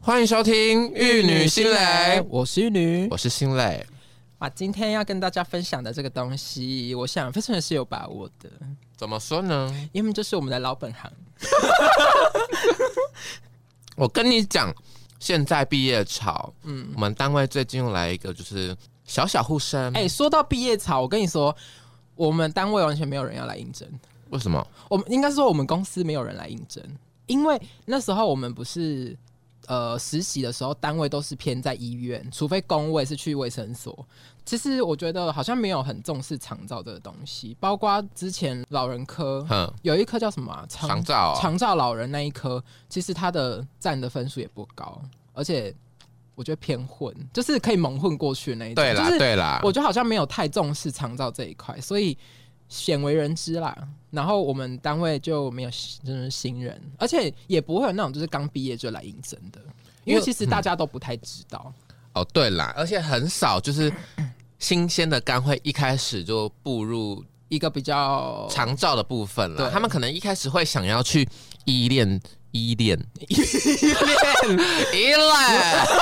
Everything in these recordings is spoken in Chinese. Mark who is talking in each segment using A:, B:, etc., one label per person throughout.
A: 欢迎收听《玉女心蕾》，
B: 我是玉女
A: 我。是心蕾。
B: 啊，今天要跟大家分享的这个东西，我想非常是有把握的，
A: 怎么说呢？
B: 因为这是我们的老本行。
A: 我跟你讲，现在毕业潮，
B: 嗯，
A: 我们单位最近又来一个就是小小护生。
B: 哎、说到毕业潮，我跟你说，我们单位完全没有人要来应征，
A: 为什么？
B: 我们应该是说我们公司没有人来应征，因为那时候我们不是。呃，实习的时候，单位都是偏在医院，除非工位是去卫生所。其实我觉得好像没有很重视长照这个东西，包括之前老人科
A: 哼，
B: 有一科叫什么、啊、
A: 长照哦、
B: 长照老人那一科，其实他的占的分数也不高，而且我觉得偏混，就是可以蒙混过去的那一种。
A: 对啦，
B: 就是
A: 对啦，
B: 我觉得好像没有太重视长照这一块，所以鲜为人知啦。然后我们单位就没有新就是新人，而且也不会有那种就是刚毕业就来应征的，
A: 因
B: 因为
A: 为
B: 其实大家都不太知道。
A: 哦，对啦，而且很少 就是新鲜的干会一开始就步入
B: 一个比较
A: 长照的部分了。
B: 对
A: 他们可能一开始会想要去依恋、依恋、 依恋、依恋。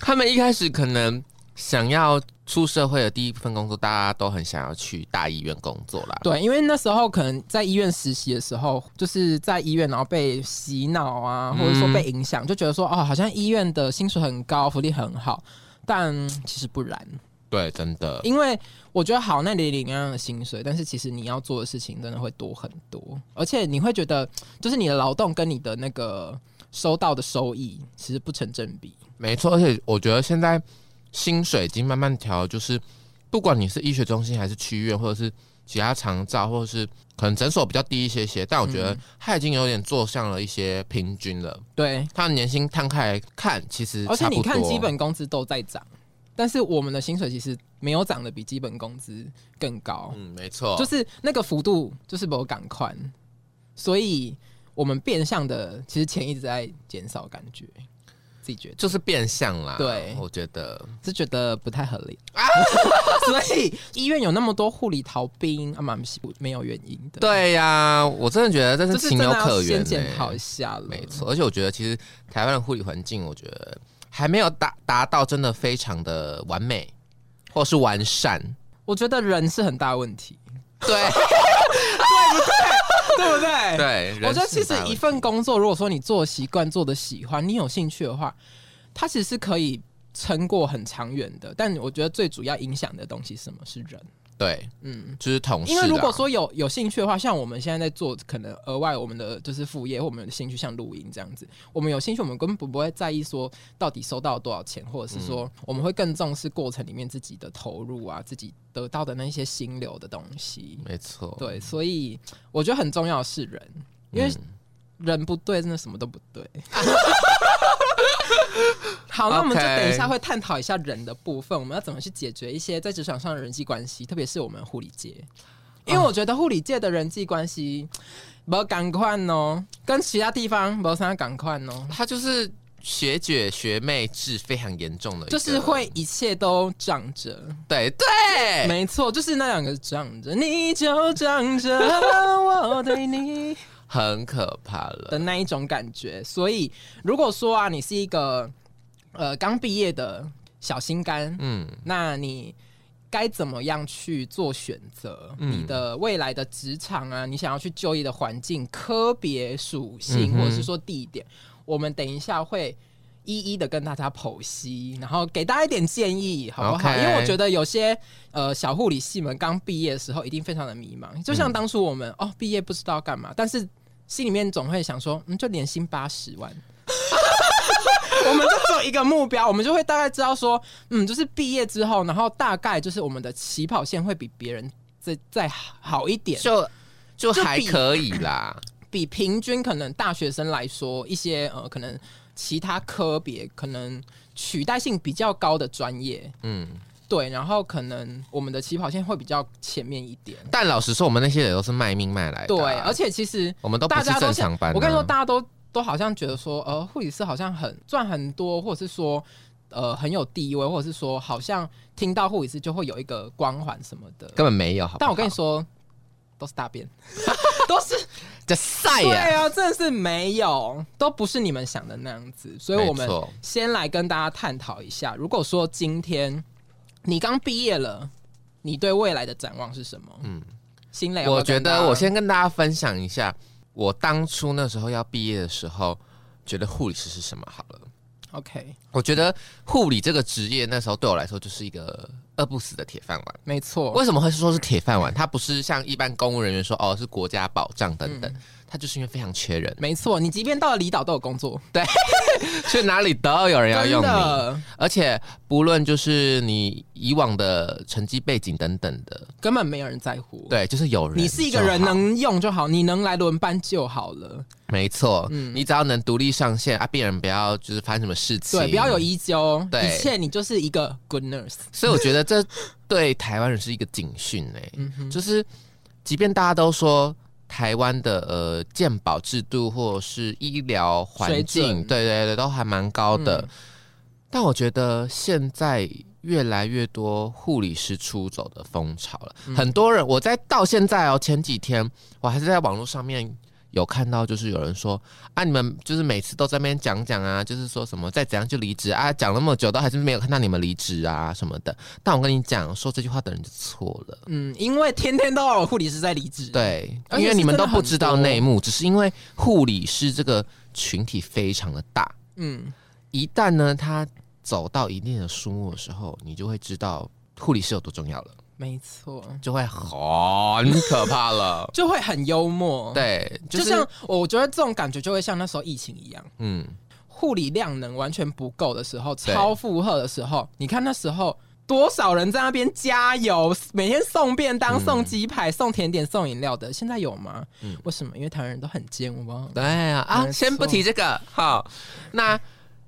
A: 他们一开始可能想要出社会的第一份工作，大家都很想要去大医院工作啦。
B: 对，因为那时候可能在医院实习的时候，就是在医院，然后被洗脑啊，或者说
A: 嗯
B: 被影响，就觉得说哦，好像医院的薪水很高，福利很好，但其实不然，
A: 对，真的。
B: 因为我觉得好，那里领那样的薪水，但是其实你要做的事情真的会多很多，而且你会觉得，就是你的劳动跟你的那个收到的收益其实不成正比。
A: 没错，而且我觉得现在薪水已经慢慢调，就是不管你是医学中心还是区院，或者是其他长照，或者是可能诊所比较低一些些，但我觉得它已经有点做向了一些平均了。
B: 对，
A: 它的年薪摊开来看，其实
B: 而且
A: 差不
B: 你看
A: 多
B: 基本工资都在涨，但是我们的薪水其实没有涨得比基本工资更高。
A: 嗯，没错，
B: 就是那个幅度就是没有赶快，所以我们变相的其实钱一直在减少，感觉自己觉得
A: 就是变相啦。
B: 对
A: 我觉得
B: 是觉得不太合理，
A: 啊
B: 所以医院有那么多护理逃兵啊，蛮是没有原因的，，
A: 对呀、我真的觉得这
B: 就是是
A: 情
B: 真的
A: 有
B: 要
A: 可原、
B: 先
A: 欸
B: 检。讨一下了，
A: 没错，而且我觉得其实台湾的护理环境，我觉得还没有达达到真的非常的完美，或是完善。
B: 我觉得人是很大问题，
A: 对
B: 对不对？ 啊
A: 对，
B: 我
A: 人
B: 觉得
A: 性
B: 其实
A: 大问
B: 一
A: 题
B: 份工作，如果说你做习惯、做的喜欢，你有兴趣的话，它其实是可以撑过很长远的。但我觉得最主要影响的东西是什么是人，
A: 对，
B: 嗯，
A: 就是同事啦。啊
B: 因为如果说有有兴趣的话，像我们现在在做，可能额外我们的就是副业或我们的兴趣，像录音这样子，我们有兴趣，我们根本不会在意说到底收到多少钱，或者是说我们会更重视过程里面自己的投入啊，自己得到的那些心流的东西。
A: 没错，
B: 对，所以我觉得很重要的是人，因
A: 嗯
B: 为人不对，真的什么都不对。 好，那我们就
A: OK
B: 等一下会探讨一下人的部分，我们要怎么去解决一些在职场上的人际关系，特别是我们护理界，因为我觉得护理界的人际关系没赶快哦，跟其他地方没啥赶快哦，
A: 他就是学姐学妹制非常严重的一个，
B: 就是会一切都长着，
A: 对对，
B: 没错，就是那两个长着，你就长着， 我对你。
A: 很可怕
B: 的
A: 了。
B: 那一种感觉。所以，如果说啊，你是一个呃刚毕业的小心肝，
A: 嗯，
B: 那你该怎么样去做选择？
A: 嗯
B: 你的未来的职场啊，你想要去就业的环境、科别属
A: 嗯
B: 性，
A: 哼
B: 或者是说地点，我们等一下会。一一的跟大家剖析，然后给大家一点建议，好不好
A: OK
B: 因为我觉得有些呃小护理系们刚毕业的时候一定非常的迷茫，就像当初我们、哦毕业不知道干嘛，但是心里面总会想说，嗯，就年薪八十万， 我们就只有一个目标，我们就会大概知道说，嗯，就是毕业之后，然后大概就是我们的起跑线会比别人再再好一点，
A: 就就
B: 就
A: 还
B: 比
A: 可以 啦。
B: 比平均可能大学生来说，一些呃可能其他科别可能取代性比较高的专业，
A: 嗯，
B: 对，然后可能我们的起跑线会比较前面一点，
A: 但老实说，我们那些也都是卖命卖来的
B: 对
A: 啊、，
B: 而且其实
A: 我们都不
B: 大
A: 是
B: 家都
A: 正
B: 想
A: 常班、啊。
B: 我跟你说，大家都都好像觉得说，呃，护理师好像很赚很多，或者是说，呃，很有地位，或者是说，好像听到护理师就会有一个光环什么的。
A: 根本没有，好不好
B: 但我跟你，说，都是大便， 都 是
A: 这晒
B: 对
A: 哎呀，
B: 啊，真的是没有，都不是你们想的那样子。所以我们
A: 没错
B: 先来跟大家探讨一下，如果说今天你刚毕业了，你对未来的展望是什么？嗯
A: 嗯，
B: 新磊要不要
A: 我觉
B: 跟大
A: 得
B: 家
A: 我先跟大啊家分享一下，我当初那时候要毕业的时候，觉得护理师是什么好了。
B: OK，
A: 我觉得护理这个职业那时候对我来说就是一个饿不死的铁饭碗。
B: 没错，
A: 为什么会说是铁饭碗？它不是像一般公务人员说哦是国家保障等等，它就是因为非常缺 人，
B: 没错，你即便到了离岛都有工作，
A: 去哪里都有人要
B: 真
A: 用你，
B: 的
A: 而且不论就是你以往的成绩背景等等的，
B: 根本没有人在乎。
A: 对，就是有人。
B: 你是一个人，能用就好，你能来轮班就好了。
A: 没错，
B: 嗯
A: 你只要能独立上线啊，病人不要就是发生什么事情，
B: 对，不要有依旧，哦
A: 对
B: 一切你就是一个 good nurse。
A: 所以我觉得这对台湾人是一个警讯哎、
B: 嗯哼，
A: 就是即便大家都说台湾的呃健保制度或者是医疗环
B: 水
A: 境，
B: 准
A: 对对对，都还蛮高的，
B: 嗯
A: 但我觉得现在。越来越多护理师出走的风潮了，
B: 嗯
A: 很多人我在到现在哦，前几天我还是在网络上面有看到，就是有人说啊，你们就是每次都在那边讲讲啊，就是说什么再怎样就离职啊，讲那么久都还是没有看到你们离职啊什么的。但我跟你讲，说这句话的人就错了。
B: 嗯，因为天天都有护理师在离职。，
A: 对，
B: 而且
A: 因为
B: 是
A: 你们
B: 真的
A: 都不
B: 很
A: 知道
B: 多
A: 内幕，只是因为护理师这个群体非常的大，
B: 嗯，
A: 一旦呢他走到一定的数目的时候，你就会知道护理师有多重要了，
B: 没错，。
A: 就会很可怕了
B: 就会很幽默。，
A: 对，
B: 就是像我觉得这种感觉就会像那时候疫情一样，
A: 嗯，
B: 护理量能完全不够的时候，
A: 对
B: 超负荷的时候，你看那时候。多少人在那边加油，每天送便当、
A: 嗯
B: 送鸡排、送甜点、送饮料的，现在有吗？为什么？因为台湾人都很健忘。
A: 对啊，啊，
B: 没
A: 先不
B: 错
A: 提这个。好，那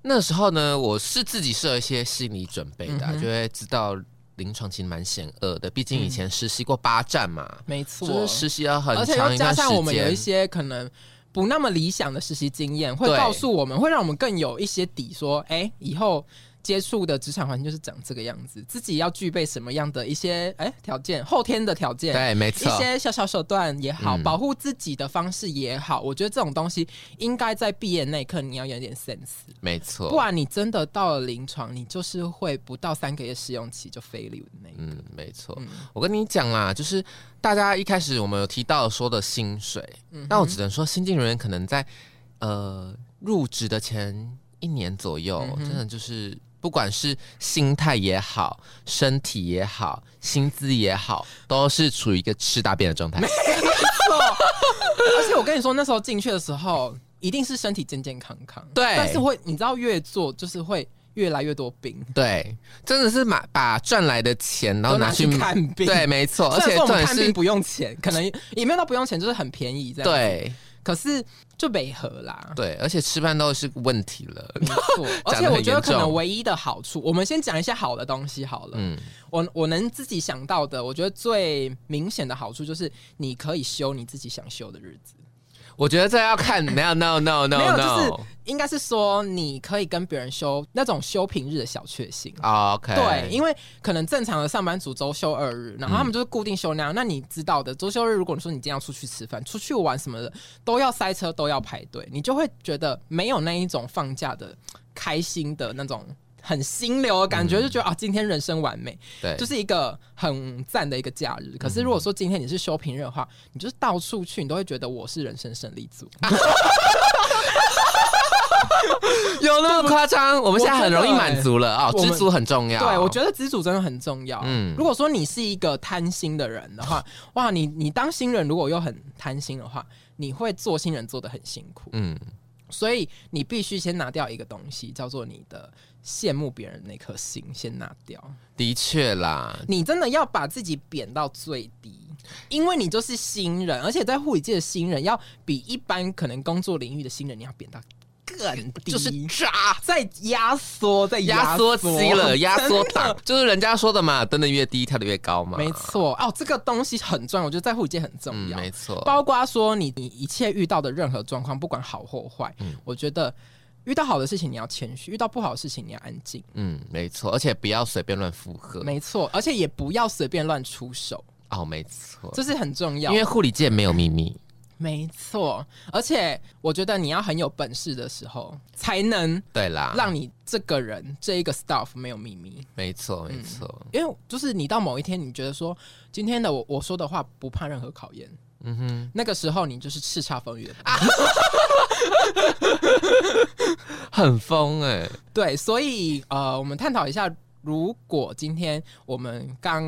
A: 那时候呢，我是自己设一些心理准备的啊，
B: 嗯哼
A: 就会知道临床其实蛮险恶的，毕竟以前实习过八站嘛，
B: 没错，
A: 就是实习了很
B: 而且
A: 长
B: 又
A: 一
B: 加
A: 段时
B: 上我们有一
A: 间。
B: 些可能不那么理想的实习经验，会
A: 对
B: 告诉我们，会让我们更有一些底，说，哎、以后接触的职场环境就是长这个样子，自己要具备什么样的一些哎条、件，后天的条件。
A: 对，没
B: 一
A: 错，
B: 些小小手段也好，
A: 嗯
B: 保护自己的方式也好，我觉得这种东西应该在毕业那一刻你要有点 sense，
A: 没错。
B: 不然你真的到了临床，你就是会不到三个月试用期就飞流的那一种。
A: 嗯，没错。
B: 嗯
A: 我跟你讲啦，就是大家一开始我们有提到说的薪水，
B: 嗯
A: 那我只能说新进人员可能在呃入职的前一年左右，
B: 嗯哼
A: 真的就是不管是心态也好，身体也好，薪资也好，都是处于一个吃大便的状态。
B: 错。
A: 嗯
B: 而且我跟你说，那时候进去的时候，一定是身体健健康康，
A: 对
B: 但是会，你知道越做就是会越来越多病，
A: 对，真的是把把赚来的钱，然后
B: 都拿
A: 去
B: 去 看病。
A: 对，，没错，而
B: 虽
A: 且
B: 然说
A: 重
B: 我
A: 点
B: 们看病
A: 是，
B: 不用钱，可能也没有到不用钱，就是很便宜这样。，
A: 对
B: 可是就北河啦。
A: 对，而且吃饭都是问题 了。
B: 没错，而
A: 讲
B: 且
A: 得
B: 我
A: 很
B: 觉得
A: 严
B: 可能
A: 重
B: 唯一的好处，我们先讲一些好的东西好了。
A: 嗯，
B: 我我能自己想到的，我觉得最明显的好处就是你可以休你自己想休的日子。
A: 我觉得这要看，没 有，no no no
B: 没
A: no，
B: 有，就是应该是说你可以跟别人休那种休平日的小确幸。
A: 哦 OK，
B: 对，因为可能正常的上班族周休二日，然后他们就是固定休那样。那你知道的，周休日如果你说你今天要出去吃饭、出去玩什么的，都要塞车，都要排队，你就会觉得没有那一种放假的开心的那种很心流的感觉，就觉得啊，今天人生完美。
A: 嗯对，
B: 就是一个很赞的一个假日。可是如果说今天你是休平日的话，你就是到处去，你都会觉得我是人生胜利组。
A: 有那么夸张？我们现在很容易满足了哦，
B: 我们
A: 知足很重要。
B: 对，我觉得知足真的很重要。
A: 嗯
B: 嗯，如果说你是一个贪心的人的 话，哇，你你当新人如果又很贪心的话，你会做新人做的很辛苦。
A: 嗯，
B: 所以你必须先拿掉一个东西，叫做你的羡慕别人那颗心，先拿掉。
A: 的确啦，
B: 你真的要把自己贬到最低，因为你就是新人，而且在护理界的新人要比一般可能工作领域的新人你要贬到更低，
A: 就是渣。
B: 再压缩，再
A: 压缩机了，压缩
B: 真的
A: 档，就是人家说的嘛，蹲的越低，跳的越高嘛。
B: 没，错哦，这个东西很重要，我觉得在护理界很重
A: 嗯，
B: 要，
A: 没错，
B: 包括说你你一切遇到的任何状况，不管好或坏，
A: 嗯
B: 我觉得遇到好的事情你要谦虚，遇到不好的事情你要安静，
A: 嗯，没错，而且不要随便乱附和。
B: 没错，而且也不要随便乱出手，
A: 哦，没错，
B: 这是很重要
A: 因。为护理界没有秘密，
B: 没错，而且我觉得你要很有本事的时候，才能
A: 对啦，
B: 让你这个人这一个 staff 没有秘密。
A: 没错没错，
B: 因为就是你到某一天，你觉得说今天的我我说的话不怕任何考验，
A: 嗯哼，
B: 那个时候你就是叱咤风云的。
A: 很疯哎、
B: 对，所以呃，我们探讨一下，如果今天我们刚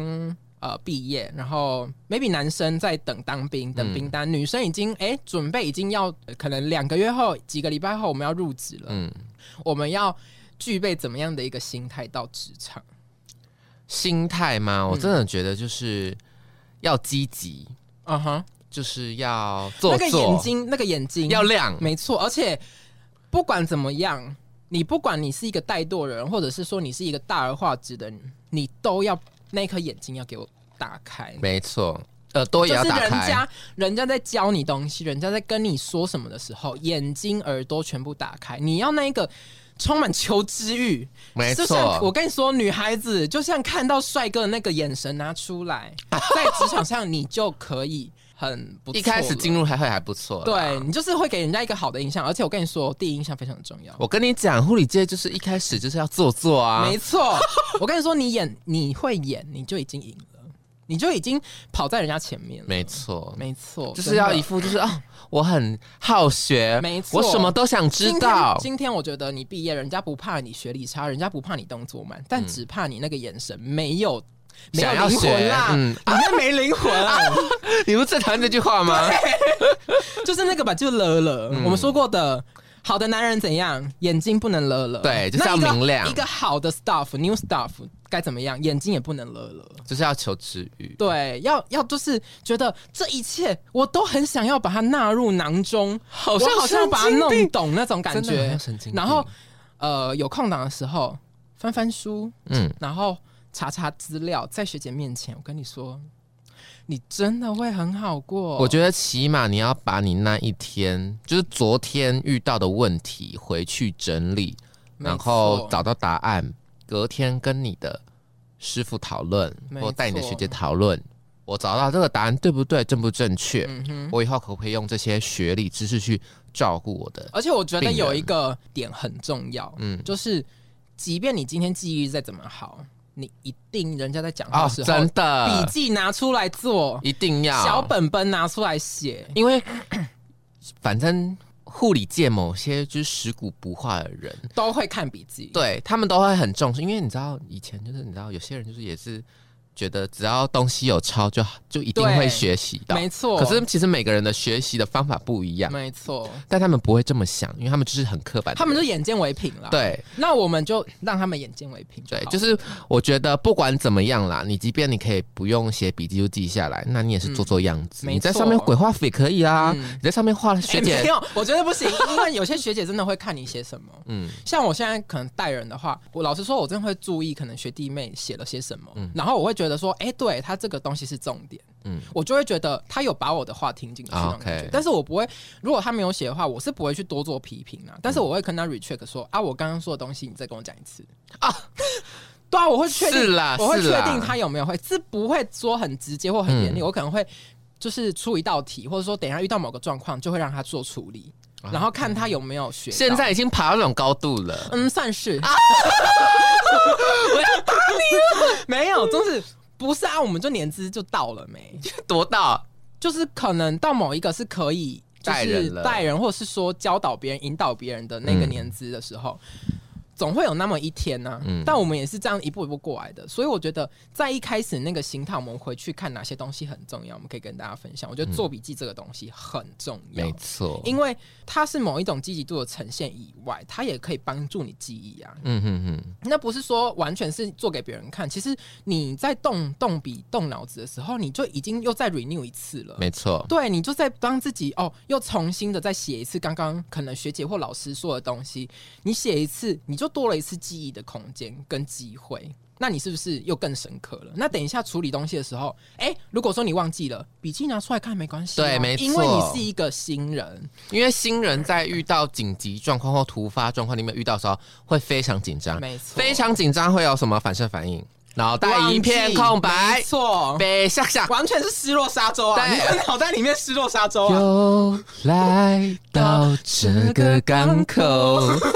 B: 呃毕业，然后 maybe 男生在等当
A: 嗯
B: 兵，等兵单，女生已经哎准备已经要呃可能两个月后、几个礼拜后我们要入职了，
A: 嗯，
B: 我们要具备怎么样的一个心态到职场？
A: 心态吗？我真的觉得就是要积极，
B: 嗯哼，
A: 就是要做
B: 那
A: 作，
B: 个眼睛，那个眼睛
A: 要亮，
B: 没错，而且不管怎么样，你不管你是一个怠惰人，或者是说你是一个大而化之的人，你都要那颗眼睛要给我打开。
A: 没错，耳朵也
B: 就
A: 要
B: 是
A: 打
B: 人
A: 开，
B: 家人家在教你东西，人家在跟你说什么的时候，眼睛、耳朵全部打开，你要那一个充满求知欲。
A: 没
B: 就像我
A: 错，
B: 跟你说，女孩子就像看到帅哥的那个眼神拿 出来，在职场上你就可以很不错了
A: 一开始进入还会还不错，
B: 对。你就是会给人家一个好的印象，而且我跟你说，第一印象非常的重要。
A: 我跟你讲，护理界就是一开始就是要做作啊，
B: 没错，我跟你说，你演你会演，你就已经赢了，你就已经跑在人家前面了。
A: 没错，
B: 没错，
A: 就是要
B: 真的
A: 一副就是啊，我很好学，
B: 没错
A: 我什么都想知道
B: 今天。今天我觉得你毕业，人家不怕你学历差，人家不怕你动作慢，但只怕你那个眼神没有
A: 嗯
B: 没
A: 想
B: 有
A: 要
B: 灵
A: 学
B: 魂啦，，
A: 嗯，
B: 你那没灵魂、啊
A: 你不是最讨厌这句话吗？
B: 就是那个吧，就了了。
A: 嗯
B: 我们说过的。好的男人怎样？眼睛不能了了，
A: 对就是要
B: 那一个
A: 明亮
B: 一个好的 staff new staff 该怎么样？眼睛也不能了了，
A: 就是要求知欲。
B: 对，要要就是觉得这一切我都很想要把它纳入囊中，好
A: 像
B: 好像要把它
A: 神经
B: 弄
A: 病
B: 懂那种感
A: 真的很
B: 觉
A: 有。神经病
B: 然后呃，有空档的时候翻翻书，
A: 嗯，
B: 然后查查资料，在学姐面前，我跟你说，你真的会很好过。
A: 我觉得起码你要把你那一天，就是昨天遇到的问题回去整理，
B: 没
A: 然后
B: 错
A: 找到答案，隔天跟你的师傅讨论，
B: 没
A: 或带你的
B: 错
A: 学姐讨论，我找到这个答案对不对，正不正确，
B: 嗯哼，
A: 我以后可不可以用这些学理知识去照顾我的？
B: 而且我觉得
A: 病
B: 有
A: 人
B: 一个点很重要，
A: 嗯，
B: 就是即便你今天记忆力再怎么好，你一定人家在讲
A: 哦
B: 话的，时候，
A: 真
B: 笔
A: 的，
B: 记拿出来做，
A: 一定要
B: 小本本拿出来写。
A: 因为反正护理界某些就是食古不化的人，
B: 都会看笔记，
A: 对他们都会很重视，因为你知道以前就是你知道有些人就是也是觉得只要东西有抄就好就一定
B: 对
A: 会学习到，
B: 没错。
A: 可是其实每个人的学习的方法不一样，
B: 没错，
A: 但他们不会这么想，因为他们就是很刻板的人，啊
B: 他们就眼见为凭了。，
A: 对。
B: 那我们就让他们眼见为凭。
A: 对，
B: 好
A: 就是我觉得不管怎么样啦，你即便你可以不用写笔记就记下来，那你也是做做样子。
B: 嗯
A: 你在
B: 没错
A: 上面鬼画符也可以啊，
B: 嗯
A: 你在上面画
B: 哎
A: 学姐，
B: 没有，我觉得不行，因为有些学姐真的会看你写什么。
A: 嗯，
B: 像我现在可能带人的话，我老实说，我真的会注意可能学弟妹写了些什么，然后我会觉得说，哎、对他这个东西是重点，嗯
A: 嗯，啊
B: 我就会觉得他有把我的话听进去那种感觉。
A: OK
B: 但是我不会，如果他没有写的话，我是不会去多做批评啦。但是我会跟他 recheck 说，啊，我刚刚说的东西，你再跟我讲一次啊。 对啊，我会确定
A: 是啦
B: 我会确
A: 是啦嗯
B: 定他有没有会，这不会说很直接或很严厉，我可能会就是出一道题，或者说等一下遇到某个状况，就会让他做处理，然后看他有没有学到。
A: 啊嗯现在已啊经爬到那种高度了，
B: 嗯，算是。 我要打你了！没有，就是不是啊？我们就年资就到了没？
A: 多到
B: 就是可能到某一个是可以
A: 带
B: 就是
A: 人了
B: 带人，或者是说教导别人、引导别人的那个年资的时候。总会有那么一天呢、
A: 嗯
B: 但我们也是这样一步一步过来的，所以我觉得在一开始那个心态，我们回去看哪些东西很重要，我们可以跟大家分享。我觉得做笔记这个东西很重要，
A: 没错。
B: 因为它是某一种积极度的呈现以外，它也可以帮助你记忆啊。
A: 嗯哼哼，
B: 那不是说完全是做给别人看，其实你在动动笔、动脑子的时候，你就已经又再 renew 一次了。
A: 没错，
B: 对，你就在帮自己哦，又重新的再写一次刚刚可能学姐或老师说的东西。你写一次，你就多了一次记忆的空间跟机会。那你是不是又更深刻了？那等一下处理东西的时候，哎、如果说你忘记了，笔记拿出来看没关系啊、
A: 对没
B: 因为你
A: 错
B: 是一个新人，
A: 因为新人在遇到紧急状况啊或突发状况，你没有遇到的时候，会非常紧张，
B: 没错，
A: 非常紧张会有什么反射反应？脑袋一片空白
B: 没，错，
A: 被吓吓
B: 完全是失落沙洲啊！
A: 对
B: 你的脑袋里面失落沙洲啊！
A: 又来到这个港口，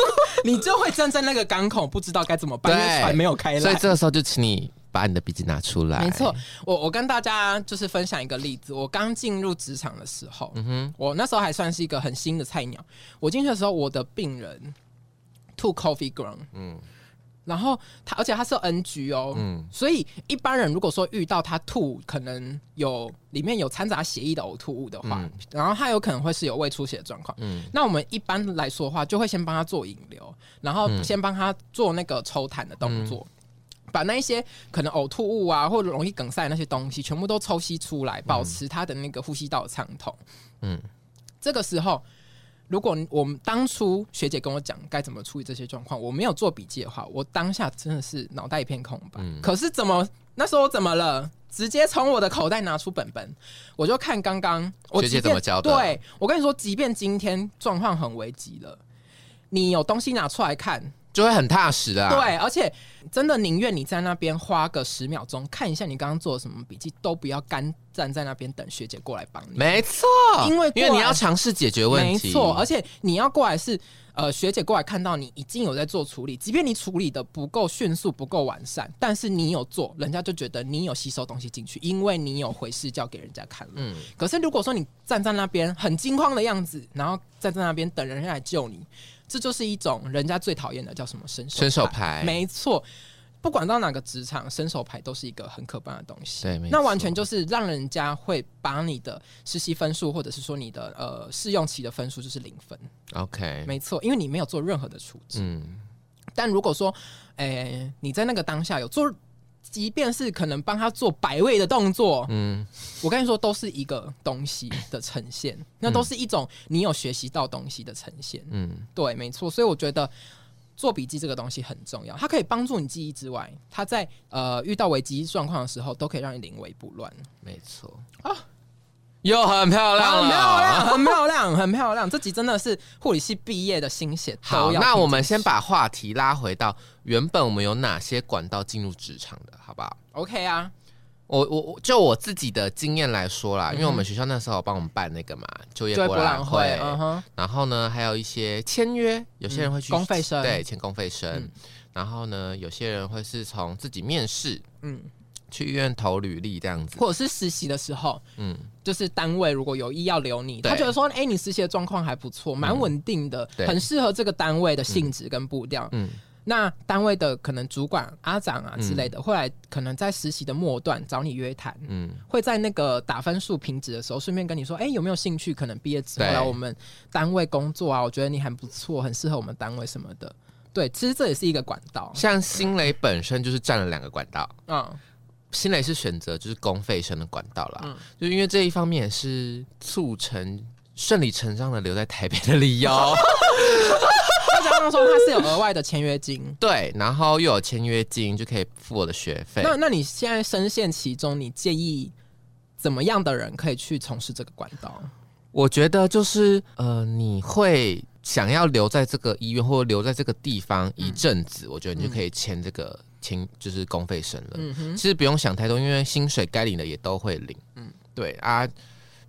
B: 你就会站在那个港口，不知道该怎么办，因为
A: 对
B: 船没有哎开来。
A: 所以这个时候就请你把你的笔记拿出来。
B: 没错，，我我跟大家就是分享一个例子。我刚进入职场的时候，
A: 嗯哼，
B: 我那时候还算是一个很新的菜鸟。我进去的时候，我的病人吐 coffee ground，
A: 嗯
B: 然后他而且他是 NG 哦，
A: 嗯
B: 所以一般人如果说遇到他吐可能有里面有掺杂血液的呕吐物的话，
A: 嗯
B: 然后他有可能会是有胃出血的状况。
A: 嗯
B: 那我们一般来说的话，就会先帮他做引流，然后
A: 嗯
B: 先帮他做那个抽痰的动作，把那一些可能呕吐物啊，或者容易梗塞的那些东西，全部都抽吸出来，保持他的那个呼吸道的畅通。
A: 嗯，
B: 这个时候，如果我们当初学姐跟我讲该怎么处理这些状况，我没有做笔记的话，我当下真的是脑袋一片空白。
A: 嗯
B: 可是怎么那时候我怎么了？直接从我的口袋拿出本本，我就看刚刚我
A: 学姐
B: 即便
A: 怎么教的
B: 对我跟你说，即便今天状况很危急了，你有东西拿出来看，
A: 就会很踏实啊。，
B: 对，而且真的宁愿你在那边花个十秒钟看一下你刚刚做了什么笔记，都不要干站在那边等学姐过来帮你。
A: 没错，
B: 因为过来
A: 因为你要尝试解决问题，
B: 没错，而且你要过来是呃学姐过来看到你已经有在做处理，即便你处理的不够迅速、不够完善，但是你有做，人家就觉得你有吸收东西进去，因为你有回视角给人家看了。
A: 嗯，
B: 可是如果说你站在那边很惊慌的样子，然后站在那边等人家来救你，这就是一种人家最讨厌的叫什么伸手
A: 伸手牌，
B: 没错，不管到哪个职场，伸手牌都是一个很可怕的东西。
A: 对没
B: 那
A: 错
B: 完全就是让人家会把你的实习分数，或者是说你的呃试用期的分数就是零分。
A: ，OK，
B: 没错，因为你没有做任何的处置。
A: 嗯
B: 但如果说，诶、你在那个当下有做，即便是可能帮他做摆位的动作，
A: 嗯，
B: 我跟你说，都是一个东西的呈现，那都是一种你有学习到东西的呈现。
A: 嗯，
B: 对，没错，所以我觉得做笔记这个东西很重要，它可以帮助你记忆之外，它在呃遇到危机状况的时候，都可以让你临危不乱。
A: 没错啊，又很漂亮
B: 啊很
A: 了，
B: 漂亮，很漂亮，很漂亮！这集真的是护理系毕业的心血
A: 好，
B: 都要
A: 那
B: 听
A: 我们先把话题拉回到原本我们有哪些管道进入职场的，好不好？
B: OK 啊，
A: 我我我就我自己的经验来说啦，因为
B: 嗯哼
A: 我们学校那时候有帮我们办那个嘛就业
B: 就业
A: 博
B: 博
A: 览
B: 览
A: 会，
B: 会，嗯哼，
A: 然后呢还有一些签约，有些人会去
B: 公费生
A: 对签公费生，
B: 嗯
A: 然后呢有些人会是从自己面试
B: 嗯，
A: 去医院投履历这样子，
B: 或者是实习的时候，
A: 嗯，
B: 就是单位如果有意要留你，
A: 对嗯
B: 他觉得说，哎、你实习的状况还不错，蛮稳定的，
A: 对
B: 很适合这个单位的性质跟步调。
A: 嗯
B: 嗯，那单位的可能主管阿长啊之类的，会来可能在实习的末段找你约谈。
A: 嗯
B: 会在那个打分数评值的时候，顺便跟你说，哎、有没有兴趣？可能毕业之后
A: 对
B: 来我们单位工作啊，我觉得你很不错，很适合我们单位什么的。对，其实这也是一个管道。
A: 像新蕾本身就是占了两个管道，
B: 嗯，
A: 新蕾是选择就是公费生的管道啦，
B: 嗯
A: 就因为这一方面也是促成顺理成章的留在台北的理 由。
B: 再加上说他是有额外的签约金。
A: 对，然后又有签约金，就可以付我的学费。
B: 那那你现在深陷其中，你建议怎么样的人可以去从事这个管道？
A: 我觉得就是呃，你会想要留在这个医院或者留在这个地方一阵子，我觉得你就可以签这个签就是公费生了。
B: 嗯嗯哼，
A: 其实不用想太多，因为薪水该领的也都会领。嗯
B: 嗯，
A: 对啊，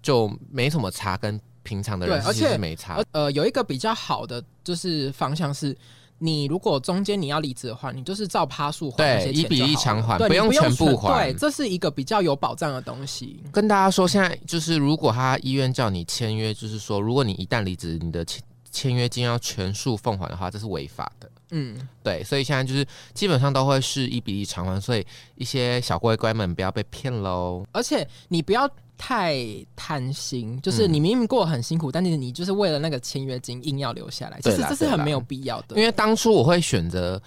A: 就没什么差，跟平常的人
B: 对而
A: 其实
B: 且
A: 是没差
B: 而。呃，有一个比较好的就是方向是。你如果中间你要离职的话，你就是照趴数还
A: 对
B: 那些钱
A: 一比
B: 就好
A: 一
B: 了
A: 偿还
B: 对
A: 不
B: 你
A: 用
B: 不
A: 全部还
B: 对，这是一个比较有保障的东西。
A: 跟大家说，现在就是如果他医院叫你签约，就是说，如果你一旦离职，你的签签约金要全数奉还的话，这是违法的。
B: 嗯，
A: 对，所以现在就是基本上都会是一比一偿还，所以一些小乖乖们不要被骗喽。
B: 而且你不要太贪心，就是
A: 嗯
B: 你明明过得很辛苦，但是你就是为了那个签约金硬要留下来，其
A: 对
B: 实
A: 啦
B: 这是
A: 对
B: 很
A: 啦
B: 没有必要的。
A: 因为当初我会选择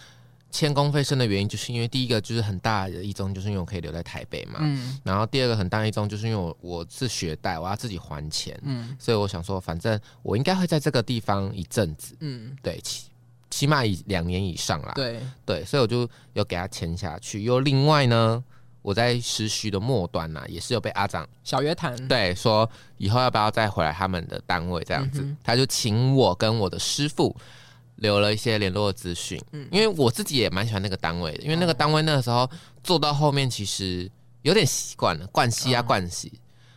A: 签公费生的原因，就是因为第一个就是很大的一中，就是因为我可以留在台北嘛。
B: 嗯
A: 然后第二个很大一中，就是因为我我是学贷，我要自己还钱，
B: 嗯
A: 所以我想说，反正我应该会在这个地方一阵子，
B: 嗯，
A: 对，起起码以两年以上啦。
B: 对，
A: 对，所以我就有给他签下去。又另外呢，我在实习的末端呢、也是有被阿长
B: 小约谈，
A: 对说以后要不要再回来他们的单位这样子，
B: 嗯哼
A: 他就请我跟我的师傅留了一些联络资讯，
B: 嗯哦
A: 因为我自己也蛮喜欢那个单位的，因为那个单位那个时候做到后面其实有点习惯了，惯习啊
B: 嗯
A: 惯习，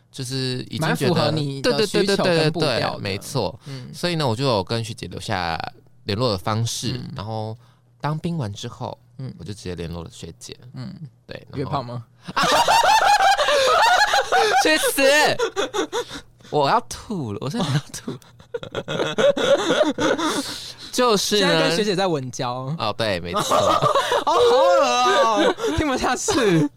A: 就是已经
B: 蛮
A: 觉
B: 符合
A: 得
B: 你
A: 对
B: 的
A: 对对
B: 需
A: 对
B: 求
A: 对对
B: 跟步调
A: 对，
B: 的
A: 没错。
B: 嗯，
A: 所以呢，我就有跟学姐留下联络的方式，
B: 嗯
A: 然后当兵完之后，
B: 嗯
A: 我就直接联络了学姐，
B: 嗯
A: 嗯，对，
B: 约
A: 然后
B: 炮吗？
A: 去死！我要吐了，我真的要吐。 就是
B: 现在跟学
A: 呢，
B: 姐在稳交， 哦，
A: 哦，对，没错。
B: 好恶哦，听不下去。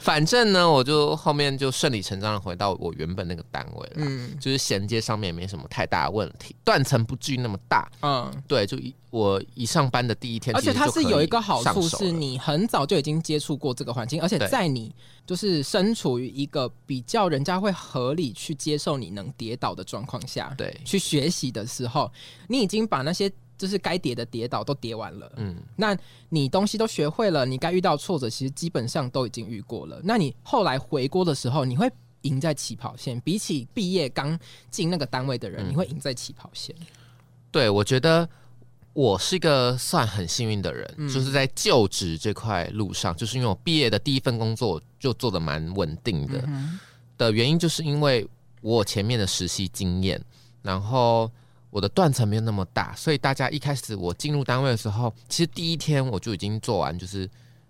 A: 反正呢，我就后面就顺理成章的回到我原本那个单位了，
B: 嗯
A: 就是衔接上面也没什么太大的问题，断层不至于那么大。
B: 嗯，
A: 对，就一我一上班的第一天，
B: 而且
A: 其实
B: 它
A: 就可
B: 是
A: 以
B: 有一个好
A: 上
B: 处，
A: 手了
B: 是你很早就已经接触过这个环境，而且
A: 对
B: 在你就是身处于一个比较人家会合理去接受你能跌倒的状况下，
A: 对，
B: 去学习的时候，你已经把那些就是该跌的跌倒都跌完了。
A: 嗯，
B: 那你东西都学会了，你该遇到挫折，其实基本上都已经遇过了。那你后来回国的时候，你会赢在起跑线，比起毕业刚进那个单位的
A: 嗯
B: 人，你会赢在起跑线。
A: 对，我觉得我是一个算很幸运的人，
B: 嗯
A: 就是在就职这块路上，就是因为我毕业的第一份工作我就做的蛮稳定的，
B: 嗯
A: 的原因就是因为我有前面的实习经验，然后我的断层没有那么大，所以大家一开始我进入单位的时候，其实第一天我就已经做完，就是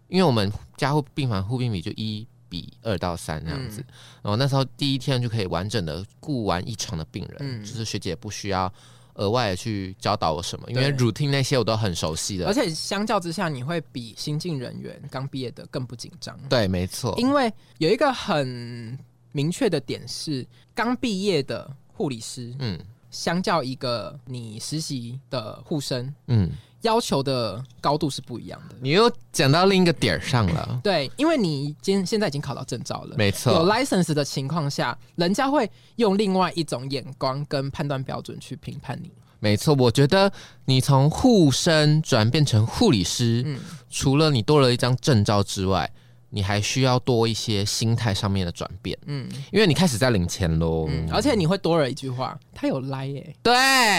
A: 因为我们加护病房护病比就一比二到三那样子，
B: 嗯
A: 然后那时候第一天就可以完整的顾完一床的病人，
B: 嗯
A: 就是学姐不需要额外的去教导我什么，因为
B: 对
A: routine 那些我都很熟悉的。
B: 而且相较之下，你会比新进人员刚毕业的更不紧张，
A: 对，没错，
B: 因为有一个很明确的点是，刚毕业的护理师，
A: 嗯
B: 相较一个你实习的护生，
A: 嗯，
B: 要求的高度是不一样的。
A: 你又讲到另一个点儿上 了，
B: 对，因为你今现在已经考到证照了，
A: 没错，
B: 有 license 的情况下，人家会用另外一种眼光跟判断标准去评判你。
A: 没错，我觉得你从护生转变成护理师，
B: 嗯
A: 除了你多了一张证照之外，你还需要多一些心态上面的转变，
B: 嗯
A: 因为你开始在领钱喽、
B: 嗯，而且你会多了一句话，他有 lie 耶、
A: 对，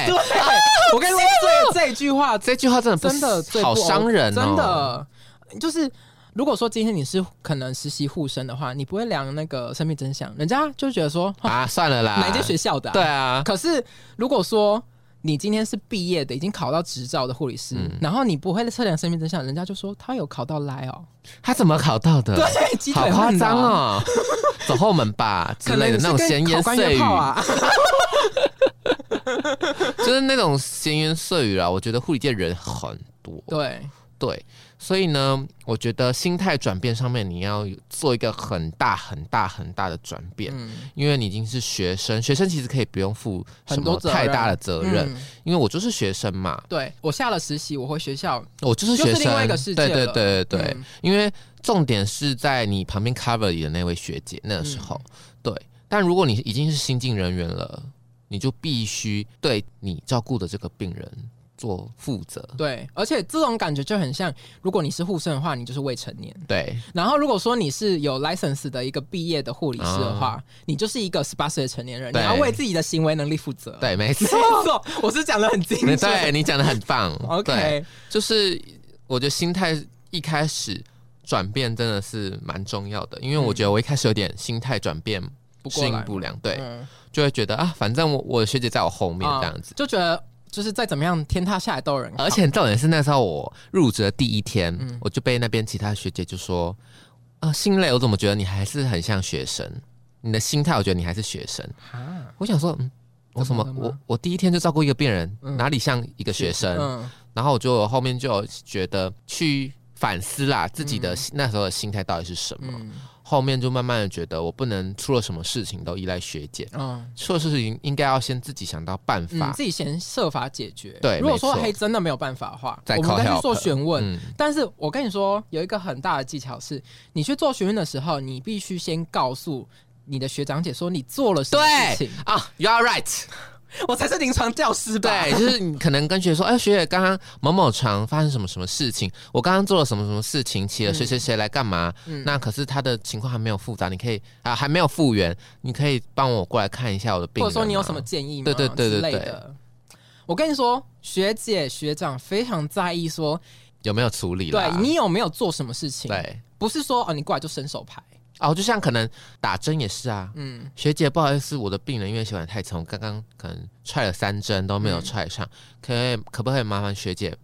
B: 对，我跟你说，这这一句话
A: 这句话真的不
B: 真的最不
A: 好伤人、哦，
B: 真。的就是。如果说今天你是可能实习护生的话，你不会量那个生命真相，人家就觉得说、哦
A: 啊，算了啦，
B: 哪一间学校的、
A: 对啊，
B: 可是如果说你今天是毕业的，已经考到执照的护理师，
A: 嗯
B: 然后你不会测量生命真相，人家就说他有考到来哦，
A: 他怎么考到的？
B: 对，鸡
A: 好
B: 腿
A: 夸
B: 换的啊
A: 张，哦，走后门 吧之
B: 可
A: 类
B: 能
A: 的那种
B: 是
A: 闲
B: 跟考
A: 言
B: 官
A: 碎
B: 约
A: 语，
B: 炮啊，
A: 就是那种闲言碎语啊。我觉得护理界人很多，
B: 对，
A: 对，所以呢，我觉得心态转变上面，你要有做一个很大很大很大的转变，
B: 嗯，
A: 因为你已经是学生，学生其实可以不用负什
B: 很
A: 么
B: 多责任
A: 太大的责任，
B: 嗯
A: 因为我就是学生嘛，
B: 对我下了实习，我回学校，
A: 我就是学生，
B: 就是另外一个世界
A: 对对
B: 了
A: 对对对，
B: 嗯
A: 因为重点是在你旁边 cover 你的那位学姐那个
B: 嗯
A: 时候，对，但如果你已经是新进人员了，你就必须对你照顾的这个病人做负责，
B: 对，而且这种感觉就很像，如果你是护生的话，你就是未成年。
A: 对，
B: 然后，如果说你是有 license 的一个毕业的护理师的话，你就是一个十八岁的成年人，你
A: 啊对
B: 要为自己的行为能力负责。，
A: 对，没
B: 没
A: 错。
B: 错，我是讲的很精准。
A: 对你讲的很棒对，
B: ，OK，
A: 就是我觉得心态一开始转变真的是蛮重要的，因为我觉得我一开始有点心态转变
B: 不过
A: 适
B: 来
A: 应不良，对，
B: 嗯
A: 就会觉得啊，反正我我学姐在我后面
B: 啊
A: 这样子。
B: 就觉得就是再怎么样天塌下来都有人扛，
A: 而且重点是那时候我入职的第一天，
B: 嗯
A: 我就被那边其他学姐就说：“啊，心累，我怎么觉得你还是很像学生？你的心态，我觉得你还是学生。
B: 啊”
A: 我想说，嗯，我怎么
B: 怎么了
A: 我
B: 吗
A: 我第一天就照顾一个病人，
B: 嗯
A: 哪里像一个学生？
B: 嗯
A: 然后我就后面就有觉得去反思啦，自己的、那时候的心态到底是什么。
B: 嗯
A: 后面就慢慢的觉得，我不能出了什么事情都依赖学姐，
B: 嗯，
A: 出了事情应该要先自己想到办
B: 嗯
A: 法。
B: 自己先设法解决。
A: 对
B: 如果说
A: 没错
B: 还真的没有办法的话，
A: 再
B: 我们再
A: call
B: 去做
A: help
B: 询问。
A: 嗯，
B: 但是我跟你说，有一个很大的技巧是，你去做询问的时候，你必须先告诉你的学长姐说你做了什么
A: 对
B: 事情。
A: 啊，You are right。
B: 我才是临床教师吧？
A: 对，就是你可能跟学姐说，哎，学姐刚刚某某床发生什么什么事情，我刚刚做了什么什么事情，请了谁谁谁来干嘛？
B: 嗯
A: 那可是他的情况还没有复杂，你可以啊还没有复原，你可以帮我过来看一下我的病人
B: 或
A: 啊
B: 者
A: 吗。
B: 说你有什么建议吗？
A: 对对对对
B: 之类
A: 对
B: 的。我跟你说，学姐学长非常在意说，
A: 有没有处理啦？
B: 对你有没有做什么事情，
A: 对
B: 不是说哦你过来就伸手牌，
A: 哦，就像可能打针也是啊，
B: 嗯，
A: 学姐，不好意思，我的病人因为血管太沉，我刚刚可能踹了三针都没有
B: 嗯
A: 踹上，可以可不可以麻烦学姐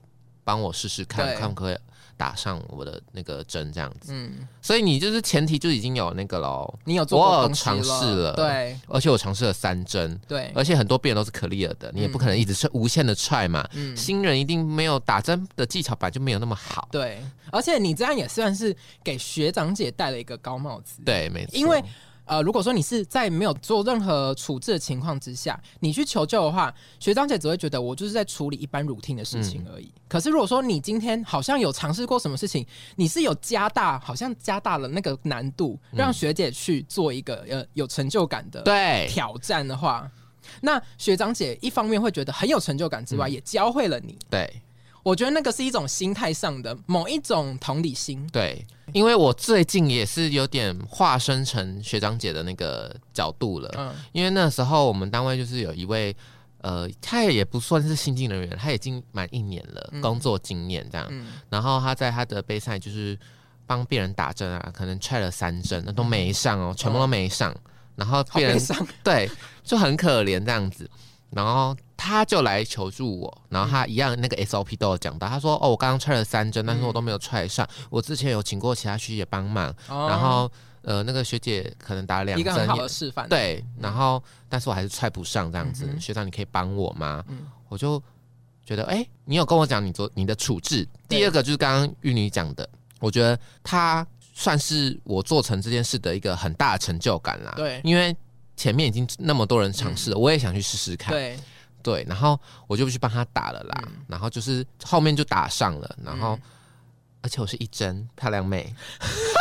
A: 帮我试试看，
B: 对
A: 看可不可以打上我的那个针这样子？
B: 嗯，
A: 所以你就是前提就已经有那个喽，
B: 你有做过
A: 我有
B: 东西
A: 尝试了
B: 对
A: 而且我尝试了三针，
B: 对，
A: 而且很多病人都是 clear 的，你也不可能一直是无限的踹嘛。
B: 嗯，
A: 新人一定没有打针的技巧，本来就没有那么好。
B: 对，而且你这样也算是给学长姐戴了一个高帽子，
A: 对，没错。
B: 因为
A: 啊
B: 呃，如果说你是在没有做任何处置的情况之下，你去求救的话，学长姐只会觉得我就是在处理一般 routine 的事
A: 嗯
B: 情而已。可是如果说你今天好像有尝试过什么事情，你是有加大，好像加大了那个难度，让学姐去做一个呃有成就感的
A: 嗯对
B: 挑战的话，那学长姐一方面会觉得很有成就感之
A: 嗯
B: 外，也教会了你。
A: 对
B: 我觉得那个是一种心态上的某一种同理心。
A: 对，因为我最近也是有点化身成学长姐的那个角度了，
B: 嗯
A: 因为那时候我们单位就是有一位。呃，他也不算是新进人员，他已经满一年了，
B: 嗯
A: 工作经验这样。
B: 嗯
A: 然后他在他的杯赛就是帮病人打针啊，可能踹了三针，那都没上哦，全部都没上。然后
B: 嗯好
A: 病
B: 悲
A: 人
B: 伤。
A: 对，就很可怜这样子。然后他就来求助我，然后他一样那个 SOP 都有讲到，他说：“哦，我刚刚踹了三针，但是我
B: 嗯
A: 都没有踹上。我之前有请过其他学姐帮忙，
B: 哦
A: 然后呃，那个学姐可能打了两
B: 一个很
A: 针
B: 好
A: 也
B: 的示范。，
A: 对，然后但是我还是踹不上这样子。
B: 嗯哼
A: 学长，你可以帮我吗？
B: 嗯
A: 我就觉得，哎、你有跟我讲你做你的处置。
B: 对
A: 第二个就是刚刚玉女讲的，我觉得她算是我做成这件事的一个很大的成就感啦。
B: 对
A: 因为前面已经那么多人尝试了，我也想去试试看。
B: 嗯对，
A: 对然后我就去帮他打了啦，然后就是后面就打上了，然后、
B: 嗯
A: 而且我是一针漂亮 妹，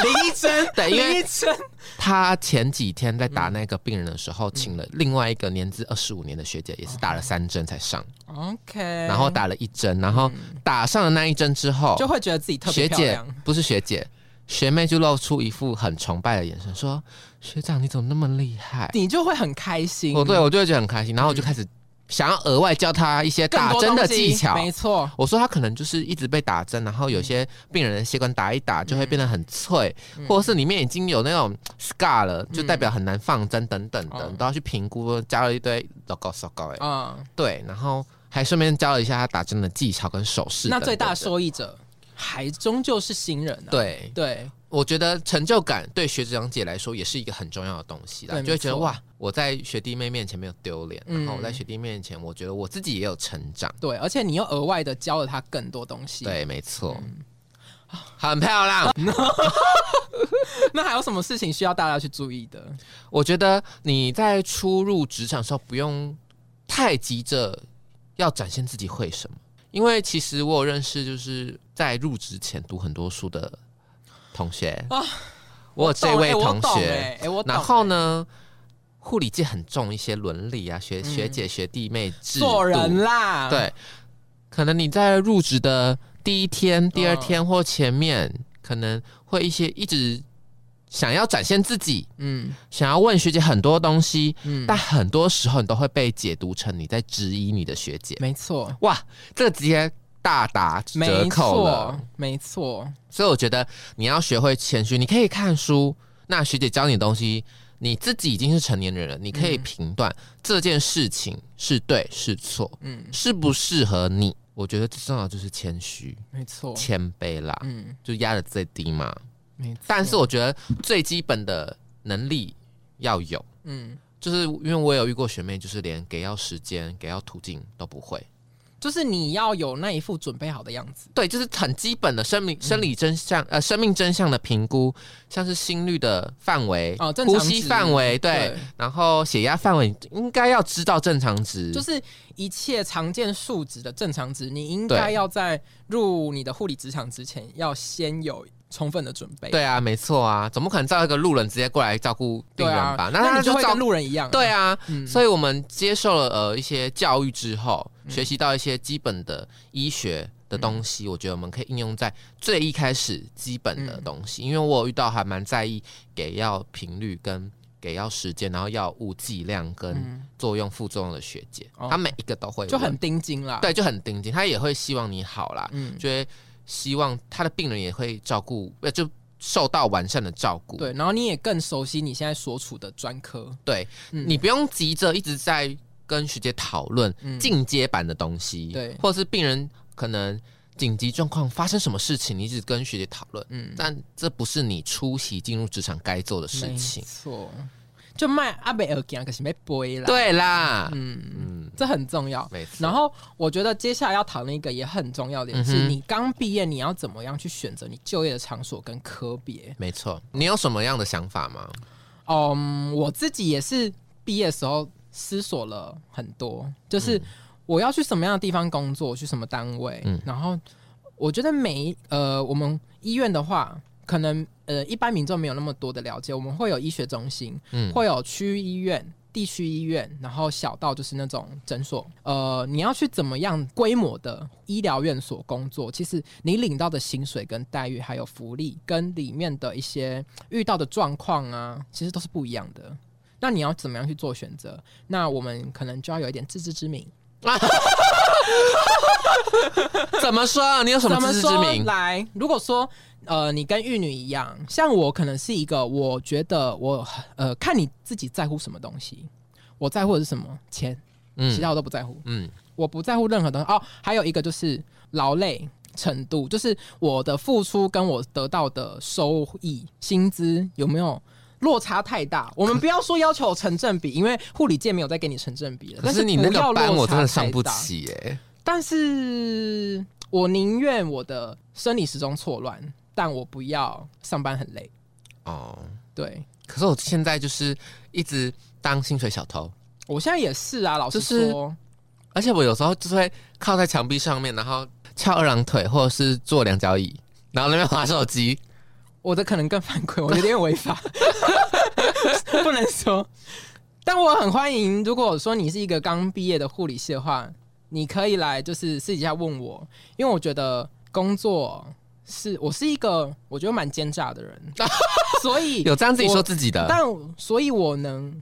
B: 林一 真，
A: 对因为
B: 林一真，
A: 他前几天在
B: 嗯
A: 打那个病人的时候，请了另外一个年资二十五年的学姐，也是打了三针才上，
B: OK，
A: 然后打了一针，然后打上了那一针之后，
B: 哎嗯就会觉得自己特别
A: 学
B: 漂
A: 姐
B: 亮。
A: 不是学姐，学妹就露出一副很崇拜的眼神，说：“学长你怎么那么厉害
B: 你就会很开？”心。
A: 我哦对我就会觉得很开心，然后我就开始想要额外教他一些
B: 更
A: 打
B: 多
A: 针的
B: 东西
A: 技巧。
B: 嗯没错，
A: 我说他可能就是一直被打针，然后有些病人的血管打一打就会变得很脆，
B: 嗯
A: 或者是里面已经有那种 scar 了，就代表很难放针等等的，
B: 哦
A: 你都要去评估，加了一堆 logo logo 哎，
B: 嗯，
A: 对，然后还顺便教了一下他打针的技巧跟手势等
B: 那
A: 等的。
B: 最大受益者还终究是新人啊。
A: 对，
B: 对
A: 我觉得成就感对学长姐来说也是一个很重要的东西啦，
B: 对
A: 就会觉得
B: 没错
A: 哇，我在学弟妹面前没有丢脸，
B: 嗯
A: 然后我在学弟妹面前，我觉得我自己也有成长。
B: 对，而且你又额外的教了他更多东西。，
A: 对，没错，
B: 嗯
A: 很漂亮。
B: 那还有什么事情需要大家去注意的？
A: 我觉得你在初入职场的时候，不用太急着要展现自己会什么，因为其实我有认识就是在入职前读很多书的同学
B: 啊
A: 我有这位
B: 懂
A: 同学，，
B: 哎我懂哎，我懂
A: 然后呢，护理界很重一些伦理啊，学
B: 嗯
A: 学姐学弟妹制度，
B: 欸做人啦，，
A: 对，可能你在入职的第一
B: 嗯
A: 天、第二天或前面，可能会一些一直想要展现自己，
B: 嗯
A: 想要问学姐很多东西，
B: 嗯，
A: 但很多时候你都会被解读成你在质疑你的学姐。
B: 没错，
A: 哇，这直接大打折
B: 没
A: 扣了
B: 错。，没错，
A: 所以我觉得你要学会谦虚，你可以看书，那学姐教你的东西，你自己已经是成年人了，你可以评断这件事情是对是错，
B: 嗯，
A: 适不适合你。我觉得最重要的就是谦虚、
B: 没错，
A: 谦卑啦，
B: 嗯，
A: 就压得最低嘛。
B: 没错，
A: 但是我觉得最基本的能力要有，
B: 嗯。
A: 就是因为我有遇过学妹，就是连给要时间、给要途径都不会。
B: 就是你要有那一副准备好的样子。
A: 对，就是很基本的生
B: 嗯
A: 命、生理真相、呃，生命真相的评估，像是心率的范围、
B: 哦正常
A: 呼
B: 值
A: 吸范围，对，
B: 对
A: 然后血压范围，应该要知道正常值。
B: 就是一切常见数值的正常值，你应该
A: 对
B: 要在入你的护理职场之前，要先有充分的准备。
A: 对啊，没错啊，怎么可能叫一个路人直接过来照顾病
B: 对
A: 人
B: 啊，
A: 吧？
B: 那
A: 他
B: 你就会
A: 照
B: 跟路人一样。
A: 对，啊，
B: 嗯
A: 所以我们接受了呃一些教育之后，学习到一些基本的医学的东
B: 嗯
A: 西，我觉得我们可以应用在最
B: 嗯
A: 一开始基本的东西。因为我有遇到还蛮在意给药频率跟给药时间，然后药物剂量跟
B: 嗯，
A: 作用副作用的学姐，
B: 哦
A: 她每一个都会
B: 就
A: 问
B: 很盯紧啦。，
A: 对，就很盯紧，她也会希望你好啦，
B: 嗯，
A: 就会希望她的病人也会照顾，呃，就受到完善的照顾。
B: 对，然后你也更熟悉你现在所处的专科。
A: 对
B: 嗯
A: 你不用急着一直在跟学姐讨论
B: 嗯
A: 进阶版的东西，
B: 对
A: 或者是病人可能紧急状况发生什么事情，你一直跟学姐讨论，
B: 嗯，
A: 但这不是你初期进入职场该做的事
B: 没
A: 情。
B: 错，就卖阿贝尔给可是没背啦。，
A: 对啦，
B: 嗯，
A: 嗯，
B: 这很重要。
A: 没错。
B: 然后我觉得接下来要讨论一个也很重要的点
A: 嗯
B: 是，
A: 哼
B: 你刚毕业你要怎么样去选择你就业的场所跟科别。
A: 没错，你有什么样的想法吗？
B: 嗯，我自己也是毕业的时候思索了很多，就是我要去什么样的地方工作，去什么单位，
A: 嗯
B: 然后我觉得每一呃，我们医院的话，可能呃一般民众没有那么多的了解，我们会有医学中心，
A: 嗯，
B: 会有区域医院。地区医院，然后小到就是那种诊所，呃，你要去怎么样规模的医疗院所工作？其实你领到的薪水跟待遇，还有福利，跟里面的一些遇到的状况啊，其实都是不一样的。那你要怎么样去做选择？那我们可能就要有一点自知之明。
A: 怎么说？你有什么自知之
B: 怎么说
A: 明？
B: 来，如果说呃，你跟玉女一样，像我可能是一个，我觉得我呃，看你自己在乎什么东西。我在乎的是什么？钱，其
A: 嗯
B: 他我都不在乎。
A: 嗯，
B: 我不在乎任何东西。哦，还有一个就是劳累程度，就是我的付出跟我得到的收益、薪资有没有落差太大。我们不要说要求成正比，因为护理界没有再给你成正比了。
A: 可
B: 但
A: 是你那
B: 不要
A: 个班
B: 落
A: 我
B: 差
A: 真的上
B: 太
A: 不
B: 大
A: 起耶、
B: 但是我宁愿我的生理时钟错乱，但我不要上班很累。
A: 哦，
B: 对
A: 可是我现在就是一直当薪水小偷，
B: 我现在也是啊，老实
A: 就是
B: 说，
A: 而且我有时候就是会靠在墙壁上面，然后翘二郎腿，或者是坐两脚椅，然后那边划手机。
B: 我的可能更犯 规，我觉得有点违法，不能说。但我很欢迎，如果说你是一个刚毕业的护理系的话，你可以来就是私底下问我，因为我觉得工作是我是一个我觉得蛮奸诈 的人，所以
A: 有这啊样自己
B: 我
A: 说自己的，
B: 但所以我能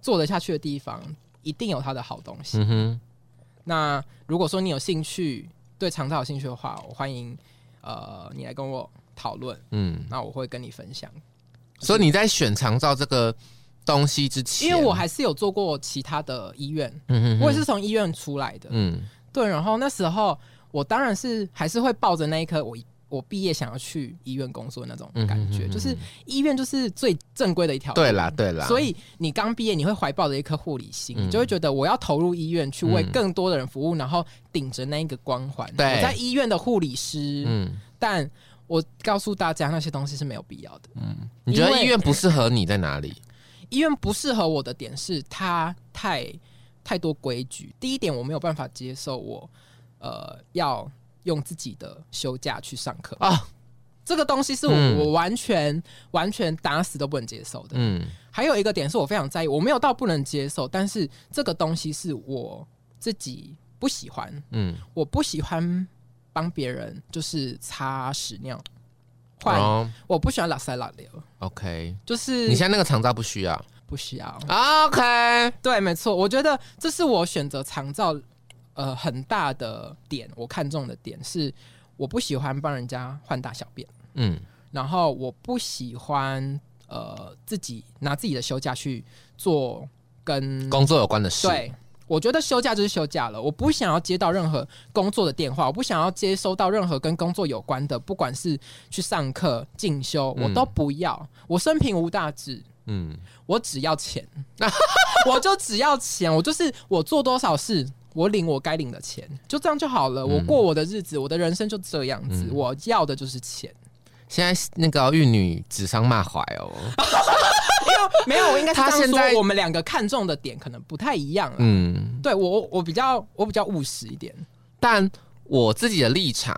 B: 做得下去的地方，一定有它的好东西。
A: 嗯哼，
B: 那如果说你有兴趣，对长照有兴趣的话，我欢迎呃你来跟我讨论，
A: 嗯。
B: 那我会跟你分享。
A: 所以你在选长照这个东西之前，
B: 因为我还是有做过其他的医院，
A: 嗯哼
B: 我也是从医院出来的。
A: 嗯
B: 对，然后那时候我当然是还是会抱着那一颗我我毕业想要去医院工作的那种
A: 嗯
B: 感
A: 哼
B: 觉，
A: 哼
B: 就是
A: 哼
B: 医院就是最正规的一条。
A: 对啦对啦，
B: 所以你刚毕业，你会怀抱着一颗护理心，
A: 嗯
B: 你就会觉得我要投入医院去为
A: 嗯
B: 更多的人服务，然后顶着那一个光环。
A: 对
B: 我在医院的护理师，
A: 嗯，
B: 但我告诉大家那些东西是没有必要的。
A: 你觉
B: 因
A: 得
B: 为
A: 医院不适合你在哪里？
B: 医院不适合我的点是它太太多规矩。第一点，我没有办法接受我呃要用自己的休假去上课
A: 啊，
B: 这个东西是我、
A: 嗯
B: 我完全完全打死都不能接受的。
A: 嗯
B: 还有一个点是我非常在意，我没有到不能接受，但是这个东西是我自己不喜欢，
A: 嗯，
B: 我不喜欢帮别人就是擦屎尿，换、
A: 哦
B: 我不喜欢拉塞拉流，
A: ，OK，
B: 就是
A: 你现在那个长照不需要
B: 不需要。
A: ，OK，嗯
B: 对，没错，我觉得这是我选择长照呃很大的点，我看中的点是我不喜欢帮人家换大小便，
A: 嗯
B: 然后我不喜欢呃自己拿自己的休假去做跟
A: 工作有关的事，
B: 对。我觉得休假就是休假了，我不想要接到任何工作的电话，我不想要接收到任何跟工作有关的，不管是去上课、进修，我
A: 嗯
B: 都不要。我生平无大志，
A: 嗯
B: 我只要钱， 我就只要钱，我就是我做多少事，我领我该领的钱，就这样就好了。我过我的日子，我的人生就这样子，
A: 嗯
B: 我要的就是钱。
A: 现在那个玉女指桑骂槐哦，
B: 没有，我应该是
A: 他
B: 这样
A: 现在
B: 说，我们两个看重的点可能不太一样啊。
A: 嗯。
B: 对我，我比较我比较务实一点。
A: 但我自己的立场，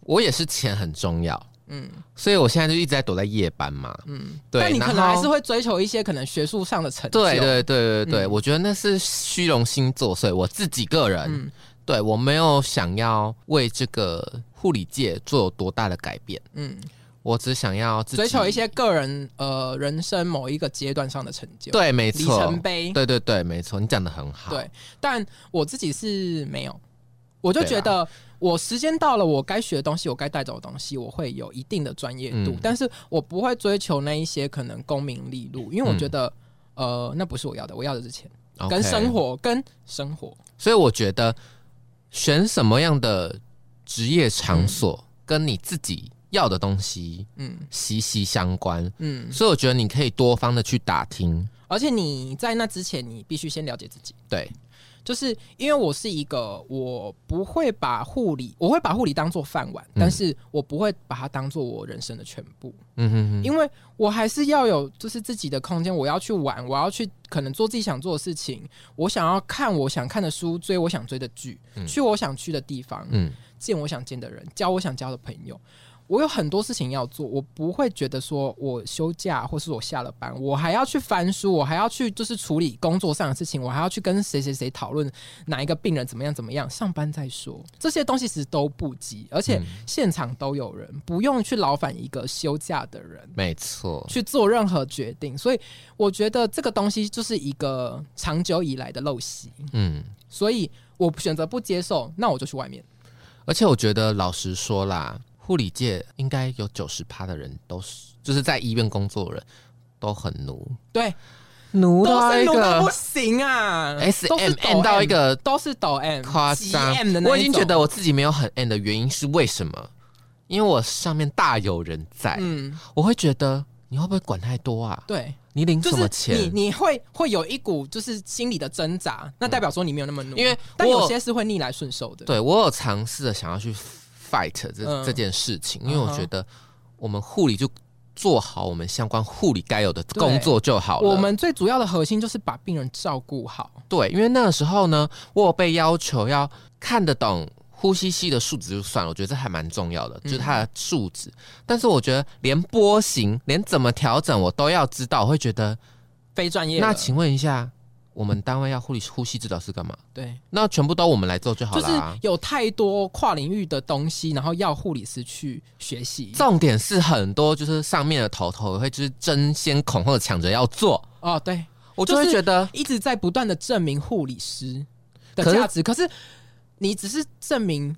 A: 我也是钱很重要，
B: 嗯
A: 所以我现在就一直在躲在夜班嘛。
B: 嗯，
A: 对
B: 但你可能
A: 然后
B: 还是会追求一些可能学术上的成就。
A: 对对对对对，
B: 嗯
A: 我觉得那是虚荣心作祟。我自己个人，
B: 嗯
A: 对我没有想要为这个护理界做有多大的改变。
B: 嗯
A: 我只想要自己
B: 追求一些个人呃人生某一个阶段上的成就，
A: 对，没
B: 里
A: 错
B: 程，碑。
A: 对对对，没错，你讲的很好，
B: 对，但我自己是没有，我就
A: 对
B: 觉
A: 啦
B: 得我时间到了，我该学的东西，我该带走的东西，我会有一定的专业度，
A: 嗯
B: 但是我不会追求那一些可能功名利禄，因为我觉得、呃那不是我要的，我要的是钱
A: 嗯 OK
B: 跟生活跟生活。
A: 所以我觉得选什么样的职业场所，跟你自己要的东西
B: 嗯
A: 息息相关。
B: 嗯，
A: 所以我觉得你可以多方的去打听，
B: 而且你在那之前，你必须先了解自己。
A: 对，
B: 就是因为我是一个，我不会把护理，我会把护理当做饭碗，但是我不会把它当做我人生的全部，
A: 嗯哼哼，
B: 因为我还是要有就是自己的空间，我要去玩，我要去可能做自己想做的事情，我想要看我想看的书，追我想追的剧，去我想去的地方，
A: 嗯
B: 见我想见的人，交我想交的朋友。我有很多事情要做，我不会觉得说我休假或是我下了班，我还要去翻书，我还要去就是处理工作上的事情，我还要去跟谁谁谁讨论哪一个病人怎么样怎么样，上班再说。这些东西其实都不急，而
A: 嗯
B: 且现场都有人，不用去劳烦一个休假的人。
A: 没错，
B: 去做任何决定，所以我觉得这个东西就是一个长久以来的陋习，
A: 嗯。
B: 所以我选择不接受，那我就去外面。
A: 而且我觉得，老实说啦，护理界应该有九十趴的人都是，就是在医院工作的人都很奴，
B: 对，
A: 奴
B: 都
A: 到
B: 是
A: 一
B: 奴到不
A: 个
B: 行啊
A: S
B: 都是
A: M
B: 抖
A: N 到一个
B: 都是抖 M
A: 夸
B: 极
A: 张
B: M 的那一种
A: 我已经觉得我自己没有很 N 的原因是为什么？因为我上面大有人在，
B: 嗯，
A: 我会觉得你会不会管太多啊？
B: 对，
A: 你领
B: 就
A: 什么
B: 是
A: 钱？
B: 你你会会有一股就是心理的挣扎，那代表说你没有那么努
A: 嗯
B: 力，
A: 因为
B: 但
A: 我
B: 有些是会逆来顺受的。
A: 对我有尝试的想要去 fight 这、
B: 嗯
A: 这件事情，因为我
B: 嗯哼
A: 觉得我们护理就做好我们相关护理该有的工作就好了。
B: 我们最主要的核心就是把病人照顾好。
A: 对，因为那个时候呢，我有被要求要看得懂呼吸系的数值就算了，我觉得这还蛮重要的，就是它
B: 嗯
A: 的数值。但是我觉得连波形、连怎么调整我都要知道，我会觉得。
B: 非专业的，
A: 那请问一下，我们单位要护理呼吸治疗师干嘛？
B: 对，
A: 那全部都我们来做就好
B: 就是
A: 啦。
B: 有太多跨领域的东西，然后要护理师去学习。
A: 重点是很多就是上面的头头会就是争先恐后地抢着要做，
B: 哦，对，
A: 我就会
B: 就是
A: 觉得、
B: 一直在不断的证明护理师的
A: 可是
B: 价值，可是你只是证明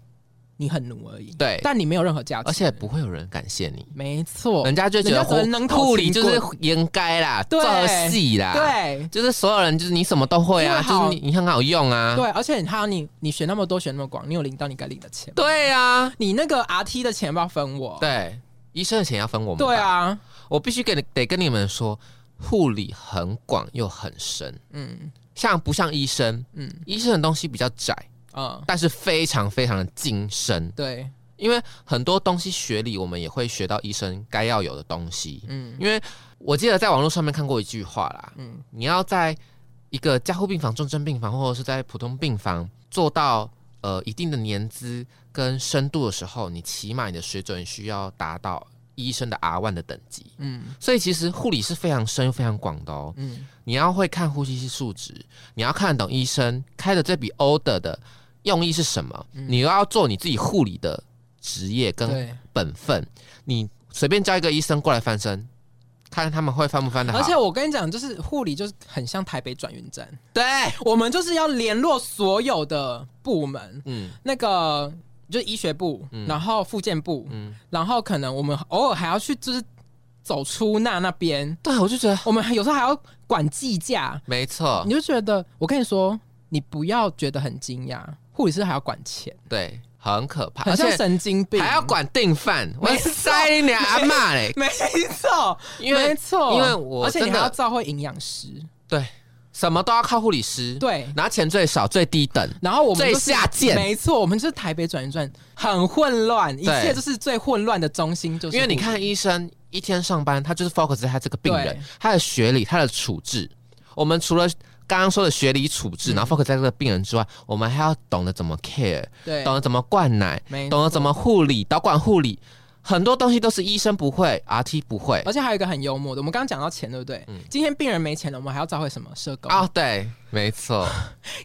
B: 你很努而已，
A: 对，
B: 但你没有任何价值，
A: 而且不会有人感谢你，
B: 没错
A: 人，家就觉得
B: 哦人家只能
A: 护
B: 扔头
A: 护理
B: 轻
A: 就是
B: 棍
A: 应该啦，
B: 对
A: 做戏啦，。
B: 对
A: 就是所有人，就是你什么都会啊，
B: 因为好
A: 就是你你很好用啊，
B: 对，而且你还有你你学那么多学那么广，你有领到你该领的钱吗，
A: 对啊，
B: 你那个 RT 的钱要不要分我，
A: 对，医生的钱要分我们，
B: 对，啊，
A: 我必须给你得跟你们说，护理很广又很深，
B: 嗯
A: 像不像医生？
B: 嗯
A: 医生的东西比较窄，
B: 嗯，
A: 但是非常非常的精深，
B: 对，
A: 因为很多东西学理我们也会学到医生该要有的东西。
B: 嗯
A: 因为我记得在网络上面看过一句话啦，
B: 嗯
A: 你要在一个加护病房、重症病房或者是在普通病房做到呃一定的年资跟深度的时候，你起码你的水准需要达到医生的 R one 的等级。
B: 嗯
A: 所以其实护理是非常深又非常广的哦，
B: 嗯
A: 你要会看呼吸系数值，你要看得懂医生开的这笔 order 的用意是什么，你又要做你自己护理的职业跟
B: 对，
A: 本分，你随便叫一个医生过来翻身，看他们会翻不翻得好。
B: 而且我跟你讲，就是护理就是很像台北转运站，
A: 对，
B: 我们就是要联络所有的部门，
A: 嗯，
B: 那个就是医学部，然后复健部，
A: 嗯
B: 然后可能我们偶尔还要去就是走出那那边，
A: 对，我就觉得
B: 我们还有时候还要管计价，
A: 没错
B: 你，就觉得我跟你说，你不要觉得很惊讶，护理师还要管钱，
A: 对，很可怕，
B: 很
A: 而
B: 像
A: 且
B: 神经病，
A: 还要。管订饭，我
B: 没错
A: 塞你阿骂 嘞，
B: 没错，
A: 因为
B: 没错，
A: 因为我
B: 而且你
A: 真的
B: 还要照会营养师，
A: 对，什么都要靠护理师，，
B: 对，
A: 拿钱最少最低等，
B: 然后我们、就是、
A: 最下贱
B: 没错，我们就是台北转运站，很混乱，一切就是最混乱的中心，就是
A: 因为你
B: 护理
A: 看医生一天上班，他就是 focus 在他这个病人
B: 对，
A: 他的学理，他的处置。我们除了刚刚说的学理处
B: 嗯
A: 置，然后 focus 在这个病人之外，我们还要懂得怎么 care，
B: 对，
A: 懂得怎么灌奶，
B: 没
A: 懂得怎么护理，导管护理。很多东西都是医生不会，RT 不会
B: 而且还有一个很幽默的，我们刚刚讲到钱，对不对？今天病人没钱了，我们还要召回什么社工
A: 嗯啊、
B: 啊？
A: 对，没错，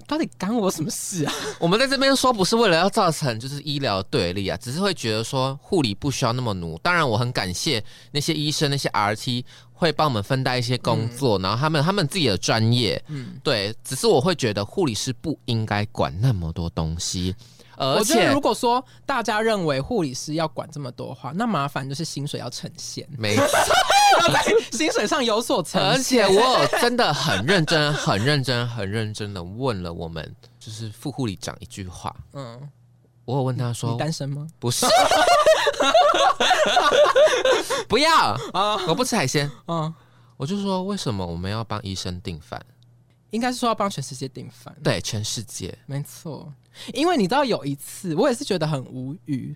B: 到底干我什么事啊？
A: 我们在这边说不是为了要造成就是医疗对立啊，只是会觉得说护理不需要那么奴。当然，我很感谢那些医生、那些 RT 会帮我们分担一些工作，然后他们他们自己的专业，
B: 嗯，
A: 对，只是我会觉得护理师不应该管那么多东西，而
B: 我觉得
A: 且
B: 如果说大家认为护理师要管这么多的话，那麻烦就是薪水要呈 现，
A: 没
B: 要在薪水上有所呈
A: 而
B: 现。
A: 且我有真的很认真、很认真、很认真的问了我们就是副护理长一句话，
B: 嗯，
A: 我有问他
B: 你
A: 说
B: 单身吗？
A: 不是，不要
B: 啊
A: 我不吃海鲜，
B: 嗯，
A: 我就说为什么我们要帮医生订饭？
B: 应该是说要帮全世界订饭。
A: 对，全世界
B: 没错，因为你知道有一次，我也是觉得很无语，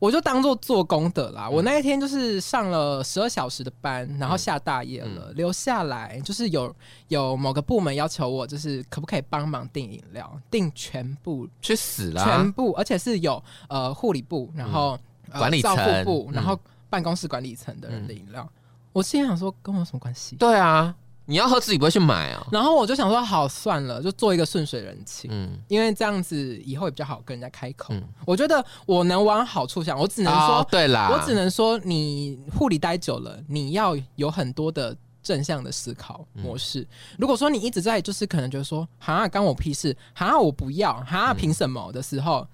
B: 我就当做做功德啦。
A: 嗯
B: 我那一天就是上了十二小时的班，然后下大夜了，
A: 嗯
B: 留下来就是有有某个部门要求我，就是可不可以帮忙订饮料，订全部、
A: 去死啦！
B: 全部，而且是有呃护理部，然后、呃
A: 嗯管理层
B: 照护部，
A: 嗯
B: 然后办公室管理层的人的饮料。我心里想说，跟我有什么关系？
A: 对啊，你要喝自己不会去买啊、
B: 然后我就想说，好算了，就做一个顺水人情。
A: 嗯，
B: 因为这样子以后也比较好跟人家开口。
A: 嗯
B: 我觉得我能往好处想，我只能说，
A: 哦，对啦，
B: 我只能说，你护理待久了，你要有很多的正向的思考
A: 嗯
B: 模式。如果说你一直在就是可能觉得说，哈，干我屁事，哈，我不要，
A: 嗯
B: 哈，凭什么的时候，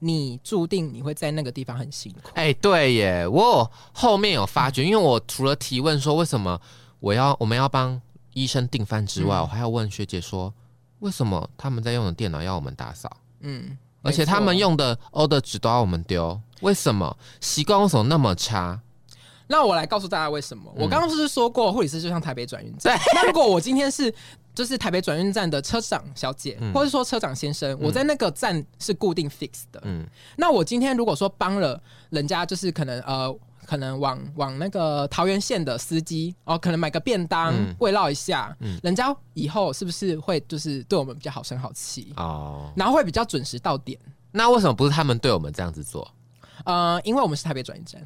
B: 你注定你会在那个地方很辛苦。
A: 哎、对耶，我有后面有发觉，因为我除了提问说为什么我要我们要帮医生订饭之外，
B: 嗯
A: 我还要问学姐说为什么他们在用的电脑要我们打扫，
B: 嗯，
A: 而且他们
B: 没错。
A: 用的 order 纸都要我们丢，为什么习惯为什么那么差？
B: 那我来告诉大家为什么。
A: 嗯
B: 我刚刚是不是说过，护理师就像台北转运站。那如果我今天是就是台北转运站的车长小姐，
A: 嗯
B: 或者说车长先生，我在那个站是固定 fix 的。
A: 嗯，
B: 那我今天如果说帮了人家，就是可能呃。可能往往那个桃园县的司机哦，可能买个便当
A: 嗯
B: 慰劳一下，
A: 嗯
B: 人家以后是不是会就是对我们比较好声好气，
A: 哦，
B: 然后会比较准时到点？
A: 那为什么不是他们对我们这样子做？
B: 呃，因为我们是台北 转运站，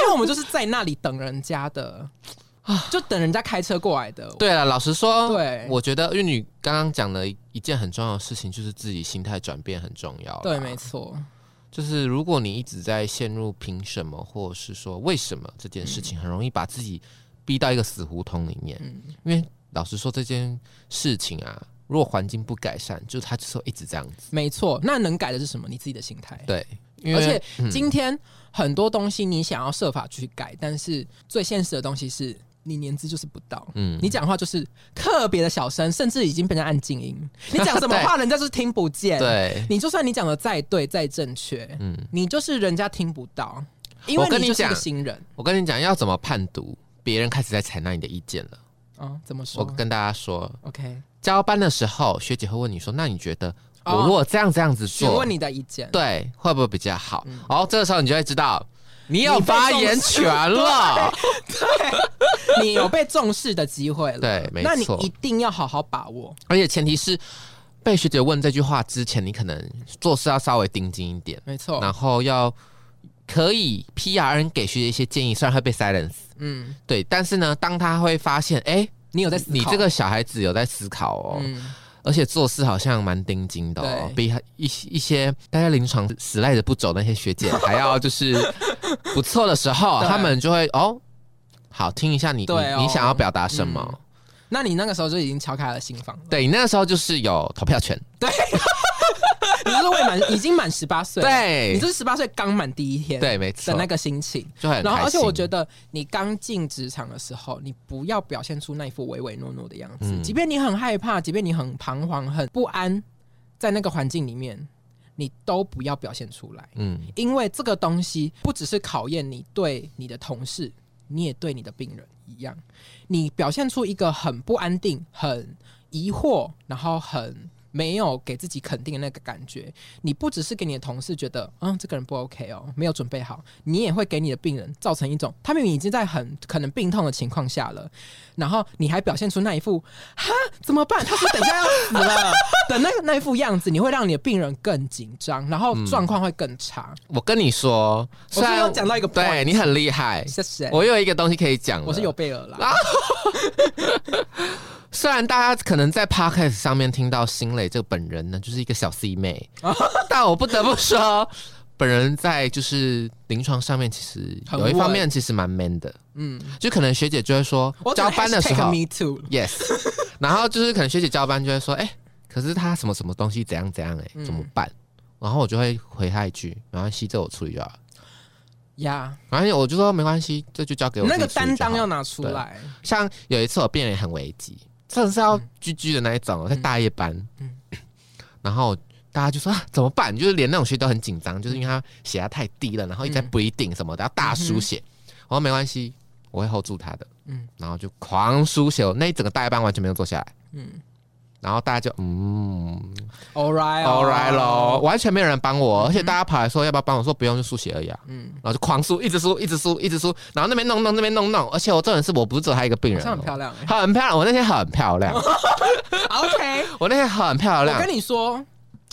B: 因为我们就是在那里等人家的，就等人家开车过来的。
A: 对了，老实说，
B: 对
A: 啊我觉得因为你刚刚讲的一件很重要的事情，就是自己心态转变很重要啦。
B: 对，没错，
A: 就是如果你一直在陷入凭什么或者是说为什么这件事情，很容易把自己逼到一个死胡同里面。
B: 嗯
A: 因为老实说，这件事情啊，如果环境不改善，就它就是会一直这样子。
B: 没错。那能改的是什么？你自己的心态。
A: 对，因
B: 而
A: 为嗯
B: 且今天很多东西你想要设法去改，但是最现实的东西是你年资就是不到。
A: 嗯
B: 你讲话就是特别的小声，甚至已经被人家按静音。你讲什 么
A: 对
B: 话，人家就是听不见。，
A: 对，
B: 你就算你讲的再对再正确，
A: 嗯，
B: 你就是人家听不到，因为
A: 我跟你
B: 你就是一个
A: 讲
B: 新人。
A: 我跟你讲，要怎么判读别人开始在采纳你的意见了？
B: 嗯，怎么
A: 我
B: 说
A: 跟大家说，
B: ？OK，
A: 交班的时候，学姐会问你说：“那你觉得
B: 哦
A: 我如果这样这样子
B: 询
A: 做，
B: 问你嗯的意见。
A: 对会不会比较好？”然后这个时候你就会知道你有
B: 你被重
A: 发
B: 视
A: 言权了。
B: 对，你有被重视的机会了。
A: 对没
B: 那你
A: 错
B: 一定要好好把握。
A: 而且前提是被学姐问这句话之前，你可能做事要稍微盯紧一点，
B: 没错，
A: 然后要可以 P R N 给学姐一些建议，虽然会被 silence，
B: 嗯，
A: 对，但是呢，当他会发现，哎、
B: 你有在思考。
A: 你这，个小孩子有在思考哦，
B: 嗯，
A: 而且做事好像蛮盯紧的哦
B: 对，
A: 比一些一些大家临床死赖着不走的那些学姐还要就是不错的时候，
B: 对
A: 他们就会哦，好听一下你、
B: 对哦嗯
A: 你你想要表达什么，
B: 那你那个时候就已经敲开了心房了。
A: 对你那个时候就是有投票权，
B: 你就是未满，已经满十八岁了，
A: 对
B: 你就是十八岁刚满第一天，
A: 对，没
B: 的
A: 错，
B: 那个心情。
A: 就会很
B: 然后，
A: 开
B: 而且我
A: 心
B: 觉得你刚进职场的时候，你不要表现出那一副唯唯诺诺的样子，
A: 嗯
B: 即便你很害怕，即便你很彷徨、很不安，在那个环境里面，你都不要表现出来，
A: 嗯，
B: 因为这个东西不只是考验你对你的同事，你也对你的病人一样，你表现出一个很不安定、很疑惑，然后很没有给自己肯定的那个感觉。你不只是给你的同事觉得，嗯，这个人不 OK 哦，没有准备好，你也会给你的病人造成一种，嗯他明明已经在很可能病痛的情况下了，然后你还表现出那一副哈怎么办？他是等一下要死了的那那一副样子，你会让你的病人更紧张，然后状况会更差。
A: 我跟你说，虽
B: 我刚
A: 然
B: 刚讲到一个 point，
A: 对你很厉害，
B: 谢谢，
A: 我又有一个东西可以讲了。
B: 我是有备而来。
A: 虽然大家可能在 podcast 上面听到新蕾这个本人呢，就是一个小 C 妹，但我不得不说，本人在就是临床上面，其实
B: 很
A: 有一方
B: 稳
A: 面其实蛮 man 的，
B: 嗯，
A: 就可能学姐就会说
B: 我，
A: 交班的时候
B: me too，
A: ，yes，然 后就是可能学姐交班就会说，哎、可是她什么什么东西怎样怎样、哎，
B: 嗯
A: 怎么办？然后我就会回她一句，没关系，这我处理就好了。
B: 呀
A: 然后我就说没关系，这就交给我
B: 那
A: 自
B: 个
A: 己处理
B: 担
A: 就好
B: 当
A: 了
B: 要拿出来。
A: 像有一次我病人也很危急，真的是要居居的那一种，哦在大夜班，
B: 嗯
A: 然后大家就说、啊、怎么办？就是连那种学都很紧张，就是因为他血压太低了，然后一直在
B: 嗯
A: bleeding 什么的，要大输血。我说没关系，我会 hold 住他的，
B: 嗯
A: 然后就狂输血，我那一整个大夜班完全没有坐下来。
B: 嗯
A: 然后大家就嗯
B: ，all right
A: ，all right
B: 哦
A: 咯，。完全没有人帮我，而且大家跑来说要不要帮我，我说不用，就输血而已啊。
B: 嗯，
A: 然后就狂输，一直输，一直输，一直输，然后那边弄弄，那边弄弄，而且我重点是我不是只有他一个病
B: 好
A: 人哦，
B: 像很漂亮欸。
A: 很漂亮，我那天很漂 亮，
B: OK，
A: 我那天很漂
B: 我
A: 亮
B: 跟。你说，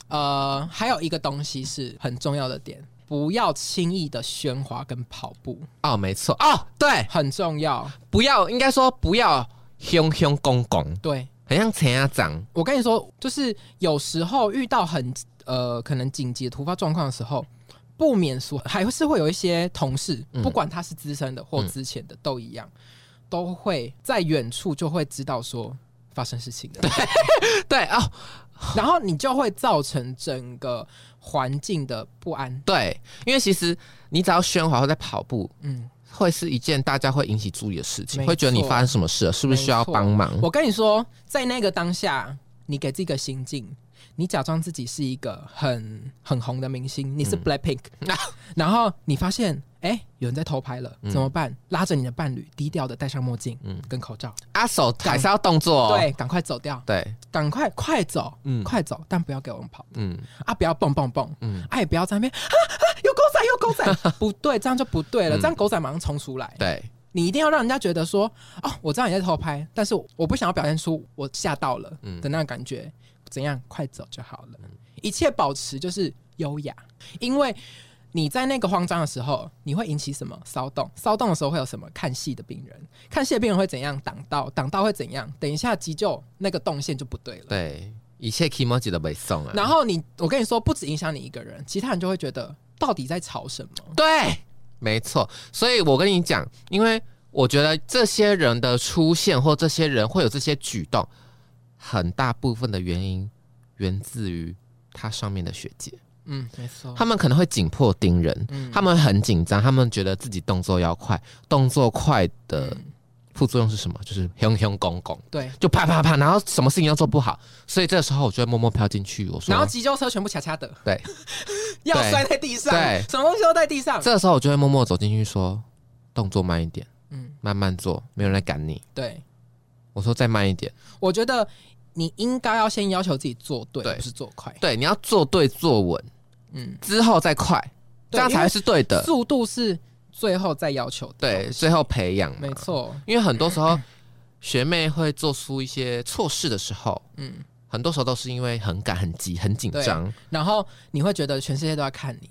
B: 呃，还有一个东西是很重要的点，不要轻易的喧哗跟跑步，
A: 哦，没错，哦，对，
B: 很重要。
A: 不要，应该说不要凶凶公公，
B: 对
A: 很像陈家长。
B: 我跟你说，就是有时候遇到很呃可能紧急的突发状况的时候。不免说，还是会有一些同事，
A: 嗯
B: 不管他是资深的或之前的，都一样，都会在远处就会知道说发生事情了。
A: 对哦，
B: 然后你就会造成整个环境的不安。
A: 对，因为其实你只要喧哗或在跑步，
B: 嗯，
A: 会是一件大家会引起注意的事情，
B: 没
A: 会觉得你
B: 错
A: 发生什么事了，是不是需要
B: 没错
A: 帮忙？
B: 我跟你说，在那个当下，你给自己一个心境，你假装自己是一个很很红的明星，你
A: 嗯
B: 是 Blackpink，、然后你发现，哎，有人在偷拍了，怎么办？拉着你的伴侣，低调的戴上墨镜，
A: 嗯
B: 跟口罩，
A: 啊，手还是要动作、哦。
B: 对，赶快走掉，
A: 对，
B: 赶快快走，
A: 嗯
B: 快走，但不要给我们跑
A: 嗯
B: 啊！不要蹦蹦蹦，
A: 嗯，
B: 哎、也不要在那边 啊啊，有狗仔，有狗 仔，不对，这样就不对了，
A: 嗯
B: 这样狗仔马上冲出来，
A: 对，
B: 你一定要让人家觉得说，哦，我知道你在偷拍，但是我不想要表现出我吓到了
A: 嗯
B: 的那个感觉，怎样，快走就好了，一切保持就是优雅，因为你在那个慌张的时候，你会引起什么骚动？骚动的时候会有什么？看戏的病人，看戏的病人会怎样？挡到，挡到会怎样？等一下急救那个动线就不对了。
A: 对，一切 k i m o j i 都被送啊了。
B: 然后你，我跟你说，不止影响你一个人，其他人就会觉得到底在吵什么？
A: 对，没错。所以我跟你讲，因为我觉得这些人的出现或这些人会有这些举动，很大部分的原因源自于他上面的学姐，
B: 嗯，没错
A: 他。们可能会紧迫盯人，
B: 嗯
A: 他们很紧张，他们觉得自己动作要快，动作快的
B: 嗯
A: 副作用是什么？就是凶凶拱拱，
B: 对，
A: 就啪啪啪，然后什么事情都做不好，所以这时候我就会默默飘进去，我说，
B: 然后急救车全部恰恰的，
A: 对，
B: 要摔在地上，
A: 对
B: 什么东西都在地上。
A: 这时候我就会默默走进去说，动作慢一点，
B: 嗯，
A: 慢慢做，没有人来赶你。
B: 对，
A: 我说再慢一点，
B: 我觉得你应该要先要求自己做对，
A: 对
B: 不是做快。
A: 对，你要做对做稳，
B: 嗯，
A: 之后再快，这
B: 对
A: 样才是对的。
B: 速度是最后再要求的。
A: 对，最后培养嘛
B: 没，错。
A: 因为很多时候学妹会做出一些错事的时候，
B: 嗯，
A: 很多时候都是因为很赶、很急、很紧张，
B: 然后你会觉得全世界都在看你。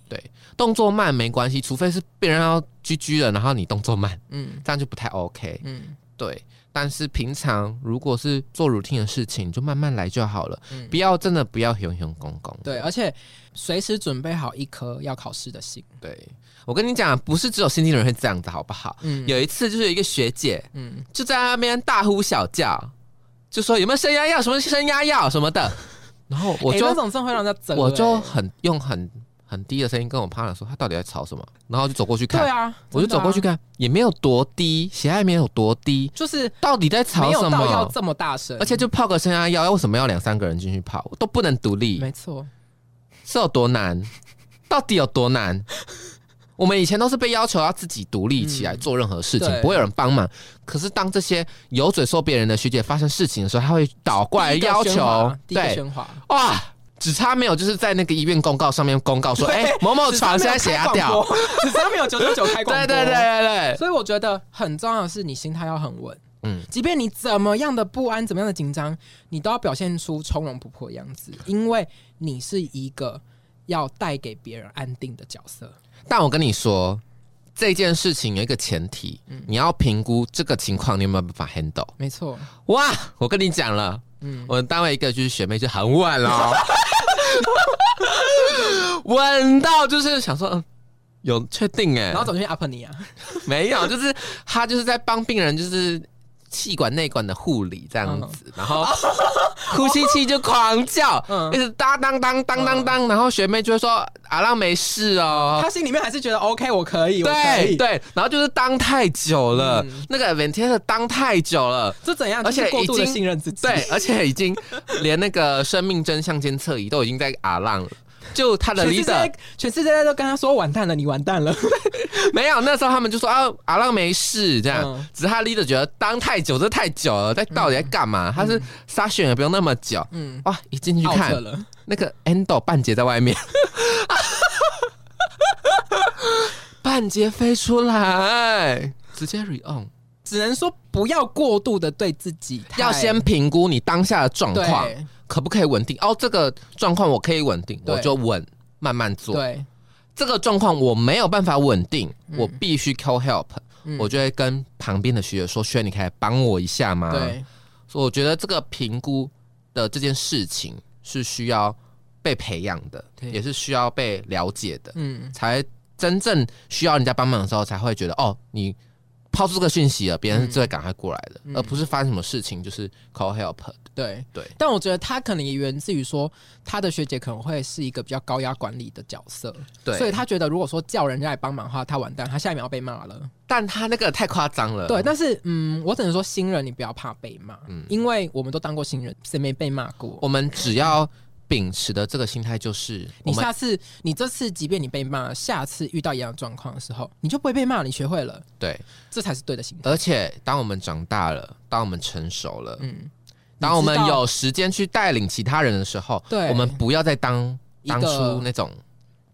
A: 动作慢没关系，除非是别人要居居了，然后你动作慢，
B: 嗯
A: 这样就不太 OK。
B: 嗯
A: 对，但是平常如果是做 routine 的事情，你就慢慢来就好了，
B: 嗯
A: 不，要真的不要熊熊公公。
B: 对，而且随时准备好一颗要考试的心。
A: 对，我跟你讲，啊不是只有新进人会这样子，好不好？
B: 嗯
A: 有一次就是有一个学姐
B: 嗯，
A: 就在那边大呼小叫，就说有没有升压药，什么升压药什么 的，然后我
B: 诶
A: 就、
B: 哎那种真的欸会让人家整、
A: 我就
B: 诶
A: 很用很很低的声音跟我 partner 说他到底在吵什么，然后就走过去看，
B: 对啊，
A: 我就
B: 真的
A: 走
B: 啊
A: 过去，看，也没有多低，血压也没有多低，
B: 就是
A: 到底在
B: 没
A: 吵
B: 有
A: 什
B: 到要
A: 么？
B: 这么大声，
A: 而且就泡个升压药，为什么要两三个人进去泡？都不能独立，
B: 没错。
A: 是有多难？到底有多难？我们以前都是被要求要自己独立起来
B: 嗯
A: 做任何事情，
B: 对
A: 不会有人帮忙。可是当这些有嘴说别人的学姐发生事情的时候，她会倒过来
B: 第一个
A: 要
B: 喧哗
A: 求，
B: 第一个
A: 对，
B: 喧哗，
A: 哇，只差没有就是在那个医院公告上面公告说，
B: 对
A: 哎、某某
B: 只
A: 床
B: 差
A: 现
B: 没
A: 在
B: 有
A: 血
B: 开
A: 压
B: 广
A: 掉，
B: 播， 只差没有九九九开广
A: 对 对对
B: 播，
A: 对对，
B: 所以我觉得很重要的是，你心态要很稳。
A: 嗯
B: 嗯，即便你怎么样的不安，怎么样的紧张，你都要表现出从容不迫的样子，因为你是一个要带给别人安定的角色。
A: 但我跟你说，这件事情有一个前提，
B: 嗯
A: 你要评估这个情况你有没有办法 handle。
B: 没错，
A: 哇，我跟你讲了，
B: 嗯，
A: 我们单位一个就是学妹就很稳 了，哦稳到就是想说，嗯，有确定哎、
B: 然后走进去 up 你啊，
A: 没有，就是她就是在帮病人就是。气管内管的护理这样子，然后呼吸器就狂叫，
B: 嗯
A: 一直当当当当当当，然后学妹就会说阿浪没事哦，
B: 他心里面还是觉得 OK，我可以，我可
A: 对
B: 以，，
A: 对，然后就是当太久了，
B: 嗯
A: 那个 Ventana 当太久了。
B: 这怎样？
A: 而且
B: 就是过度的
A: 已经
B: 信任自 己，
A: 对，而且已经连那个生命真相监测仪都已经在阿浪了，就他的
B: 全世
A: leader
B: 界全世界都跟他说完蛋了，你完蛋了，
A: 没有，那时候他们就说啊，阿浪没事这样，
B: 嗯
A: 只是他 leader 觉得当太久，这太久了，在到底在干嘛？他是沙选也不用那么久，
B: 嗯，
A: 哇，一进去
B: out
A: 看
B: 了，
A: 那个 Endo 半截在外 面，半截飞出来，直接 re on。
B: 只能说不要过度的对自己太，
A: 要先评估你当下的状况
B: 对
A: 可不可以稳定。哦，这个状况我可以稳定，
B: 对
A: 我就稳，慢慢做。
B: 对，
A: 这个状况我没有办法稳定，
B: 嗯
A: 我必须 call help。
B: 嗯
A: 我就会跟旁边的学姐说：“轩，你可以帮我一下吗？”，
B: 对。
A: 所以我觉得这个评估的这件事情是需要被培养的，
B: 对
A: 也是需要被了解的，
B: 嗯，
A: 才真正需要人家帮忙的时候，才会觉得哦，你抛出这个讯息了，别人
B: 嗯
A: 就会赶快过来的，
B: 嗯
A: 而不是发生什么事情就是 call help 的
B: 对
A: 对
B: 但我觉得他可能也源自于说，他的学姐可能会是一个比较高压管理的角色，
A: 对，
B: 所以他觉得如果说叫人家来帮忙的话，他完蛋，他下一秒要被骂了。
A: 但他那个太夸张了，
B: 对，，但是嗯，我只能说新人你不要怕被骂，
A: 嗯
B: 因为我们都当过新人，谁没被骂过？
A: 我们只要秉持的这个心态就是，我
B: 你
A: 们
B: 下次，你这次即便你被骂，下次遇到一样的状况的时候，你就不会被骂，你学会了，
A: 对，
B: 这才是对的心态。
A: 而且当我们长大了，当我们成熟了，
B: 嗯，
A: 当我们
B: 你知道
A: 有时间去带领其他人的时候，
B: 对
A: 我们不要再当
B: 一
A: 当
B: 个
A: 初那种，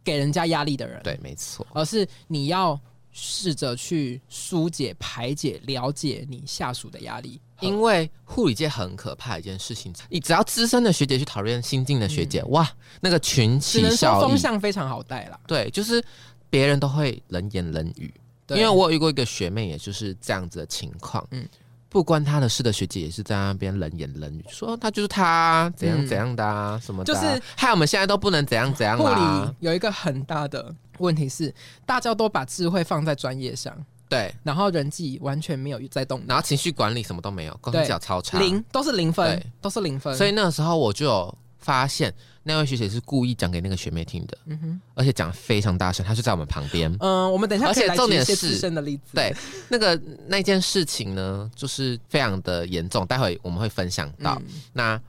B: 给人家压力的人，
A: 对，没错，
B: 而是你要试着去疏解、排解、了解你下属的压力。
A: 因为护理界很可怕的一件事情，你只要资深的学姐去讨论新进的学姐，哇，那个群
B: 只
A: 起
B: 能说
A: 效
B: 风
A: 益，
B: 向非常好带啦。
A: 对，就是别人都会冷言冷语，
B: 对
A: 因为我有遇过一个学妹，也就是这样子的情况，嗯
B: 嗯，
A: 不关她的事的学姐也是在那边冷言冷语，说她就是她怎样
B: 嗯
A: 怎样的啊，什么的啊、
B: 就是
A: 害我们现在都不能怎样怎样啊
B: 护
A: 啦、
B: 理有一个很大的问题是，大家都把智慧放在专业上，
A: 对，
B: 然后人际完全没有在动脑，
A: 然后情绪管理什么都没有，光
B: 对
A: 脚超差，
B: 零都是零分
A: 对，
B: 都是零分。
A: 所以那个时候我就有发现，那位学姐是故意讲给那个学妹听的，
B: 嗯哼，
A: 而且讲得非常大声，她就在我们旁边。
B: 嗯、我们等一下可以
A: 而
B: 来
A: 且重
B: 举
A: 点
B: 一些
A: 是
B: 自身的例子。
A: 对，那个那件事情呢，就是非常的严重，待会我们会分享到。
B: 嗯
A: 那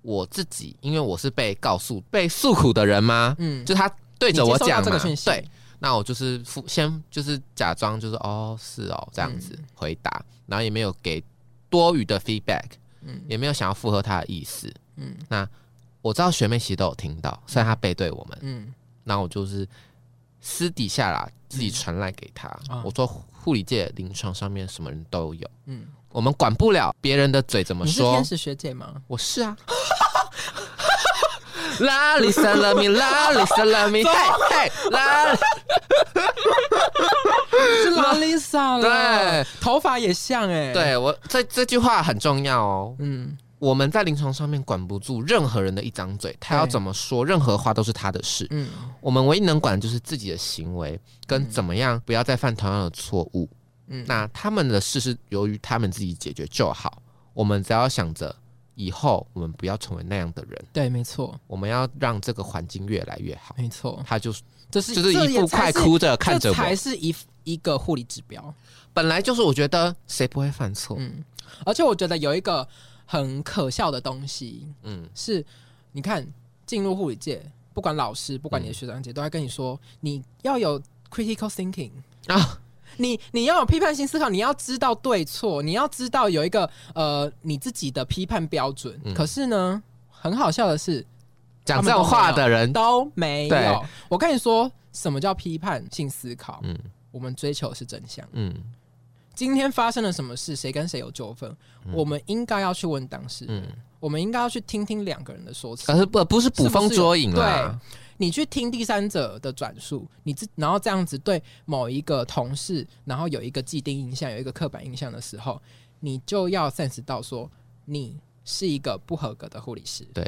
A: 我自己，因为我是被告诉、被诉苦的人吗？
B: 嗯，
A: 就他对着
B: 你
A: 我
B: 接收到
A: 讲
B: 这个
A: 嘛
B: 讯息，
A: 对，那我就是付先就是假装就是哦是哦这样
B: 嗯
A: 子回答，然后也没有给多余的 feedback，
B: 嗯
A: 也没有想要附和他的意思。
B: 嗯
A: 我知道学妹其实都有听到，虽然她背对我们，
B: 嗯
A: 那我就是私底下啦自己传来给她。
B: 啊
A: 我说护理界临床上面什么人都有，
B: 嗯，
A: 我们管不了别人的嘴怎么
B: 你是
A: 说
B: 天。使学姐吗？
A: 我是啊。 拉里萨拉米，拉里萨拉 米，嘿嘿，拉，
B: 是拉 Lisa 了，
A: 对，
B: 头发也像哎、，
A: 对我这这句话很重要哦。
B: 嗯，
A: 我们在临床上面管不住任何人的一张嘴，他要
B: 对
A: 怎么说，任何话都是他的事。
B: 嗯
A: 我们唯一能管的就是自己的行为跟怎么样不要再犯同样的错误。
B: 嗯，
A: 那他们的事是由于他们自己解决就好，我们只要想着以后我们不要成为那样的人，
B: 对，没错，
A: 我们要让这个环境越来越好。
B: 没错，
A: 他就是
B: 这嗯是
A: 就是
B: 这
A: 一
B: 也
A: 副
B: 才
A: 快
B: 是
A: 哭着看着
B: 这
A: 我，
B: 才是一一个护理指标。
A: 本来就是我觉得谁不会犯错，
B: 嗯，而且我觉得有一个很可笑的东西
A: 嗯，
B: 是，你看进入护理界，不管老师，不管你的学长姐，都在跟你说你要有。 critical thinking。
A: 啊，
B: 你你要有批判性思考，你要知道对错，你要知道有一个呃你自己的批判标准。
A: 嗯
B: 可是呢，很好笑的是
A: 讲这种话的人，
B: 都没
A: 嗯对
B: 有。我跟你说，什么叫批判性思考？
A: 嗯
B: 我们追求的是真相。
A: 嗯
B: 今天发生了什么事，谁跟谁有纠纷，我们应该要去问当事
A: 嗯，
B: 人，
A: 啊
B: 我们应该要去听听两个人的说辞
A: 可。是不不是捕风捉影啦，
B: 你去听第三者的转述，你自然后这样子对某一个同事，然后有一个既定印象，有一个刻板印象的时候，你就要 sense 到说你是一个不合格的护理师。
A: 对，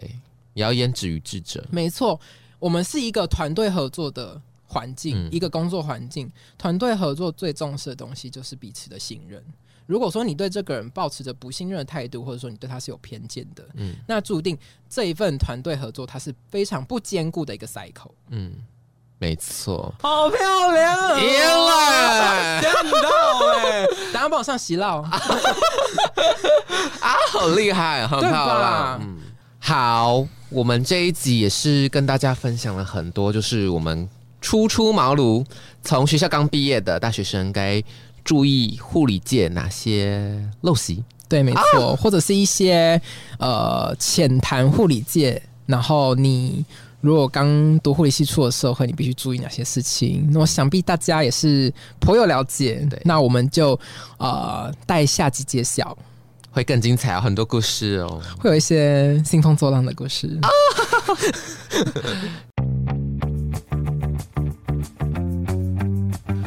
A: 谣言止于智者，
B: 没错，我们是一个团队合作的环境，
A: 嗯
B: 一个工作环境。团队合作最重视的东西就是彼此的信任。如果说你对这个人保持着不信任的态度，或者说你对他是有偏见的，
A: 嗯
B: 那注定这一份团队合作它是非常不坚固的一个 cycle。
A: 嗯，没错，
B: 好漂亮哦
A: 赢了，
B: 看到哎，等下帮我上洗脑。
A: 啊，好厉害，很
B: 对吧
A: 漂亮。嗯，好，我们这一集也是跟大家分享了很多，就是我们初出茅庐，从学校刚毕业的大学生该注意护理界哪些陋习。
B: 对，没错，
A: 啊
B: 或者是一些呃浅谈护理界，然后你如果刚读护理系出的社会，你必须注意哪些事情？那我想必大家也是颇有了解。
A: 对
B: 那我们就呃待下集揭晓，
A: 会更精彩哦，很多故事哦。
B: 会有一些兴风作浪的故事。
A: 啊